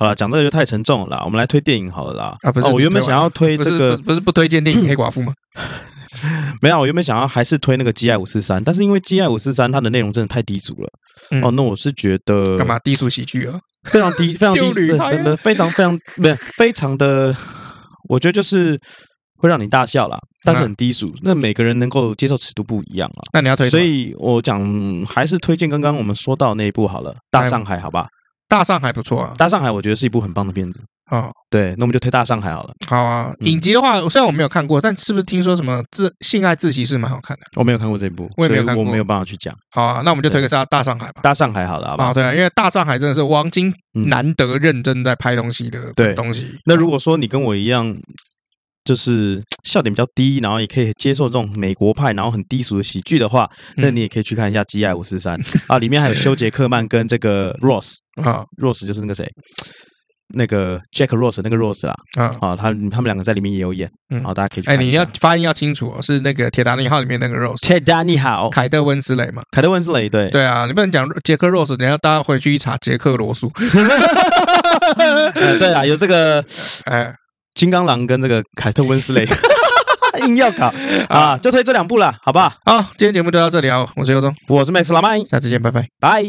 好了，讲这个就太沉重了啦，我们来推电影好了啦。哦
啊不是
我原本
你推
想
完
要推
不
这
是
个
不，不是不推荐电影 《黑寡妇》吗？
没有，我原本想要还是推那个《G I 五四三》，但是因为《G I 五四三》它的内容真的太低俗了。
嗯
哦，那我是觉得
干嘛低俗喜剧啊？
非常低，非常低
丢，履
不
牌啊
不不非常非常不是非常的，我觉得就是会让你大笑啦，但
嗯
是很低俗。那每个人能够接受尺度不一样啊，
那你要推什
所
么
以我讲还是推荐刚刚我们说到那一部好了，《大上
嗯
海》好吧，
大上海不错啊
《，大上海》我觉得是一部很棒的片子。
哦，
对，那我们就推《大上海》好了，
好啊。
嗯
影集的话，虽然我没有看过，但是不是听说什么自性爱自习室蛮好看的？
我没有看过这部，
我也没有
所以
看过
我没有办法去讲《
好啊，那我们就推个大大上海吧。
大上海》好了，好吧
啊，？对啊，因为大上海真的是王晶
嗯
难得认真在拍东西的
对
东西。
那如果说你跟我一样，就是笑点比较低，然后也可以接受这种美国派，然后很低俗的喜剧的话，
嗯
那你也可以去看一下《G I 五四三》啊，里面还有修杰克曼跟这个 Ross，Ross
啊，
就是那个谁，那个 Jack Rose 那个 Rose 啦，
啊，
啊，他他们两个在里面也有演，
嗯
好，大家可以去
哎，
看
你
一下。
要发音要清楚哦，是那个《铁达尼号》里面那个 Rose，
切达你好，
凯特温斯雷嘛。
凯特温斯雷对，
对啊，你不能讲杰克 Rose，等一下大家回去一查杰克罗素。
呃对啊，有这个
哎，
金刚狼跟这个凯特温斯雷， 硬要搞啊啊，就推这两部了，好不好？
好，今天节目就到这里啊，我是尤忠，
我是 Max 老麦，
下次见，拜拜。
拜。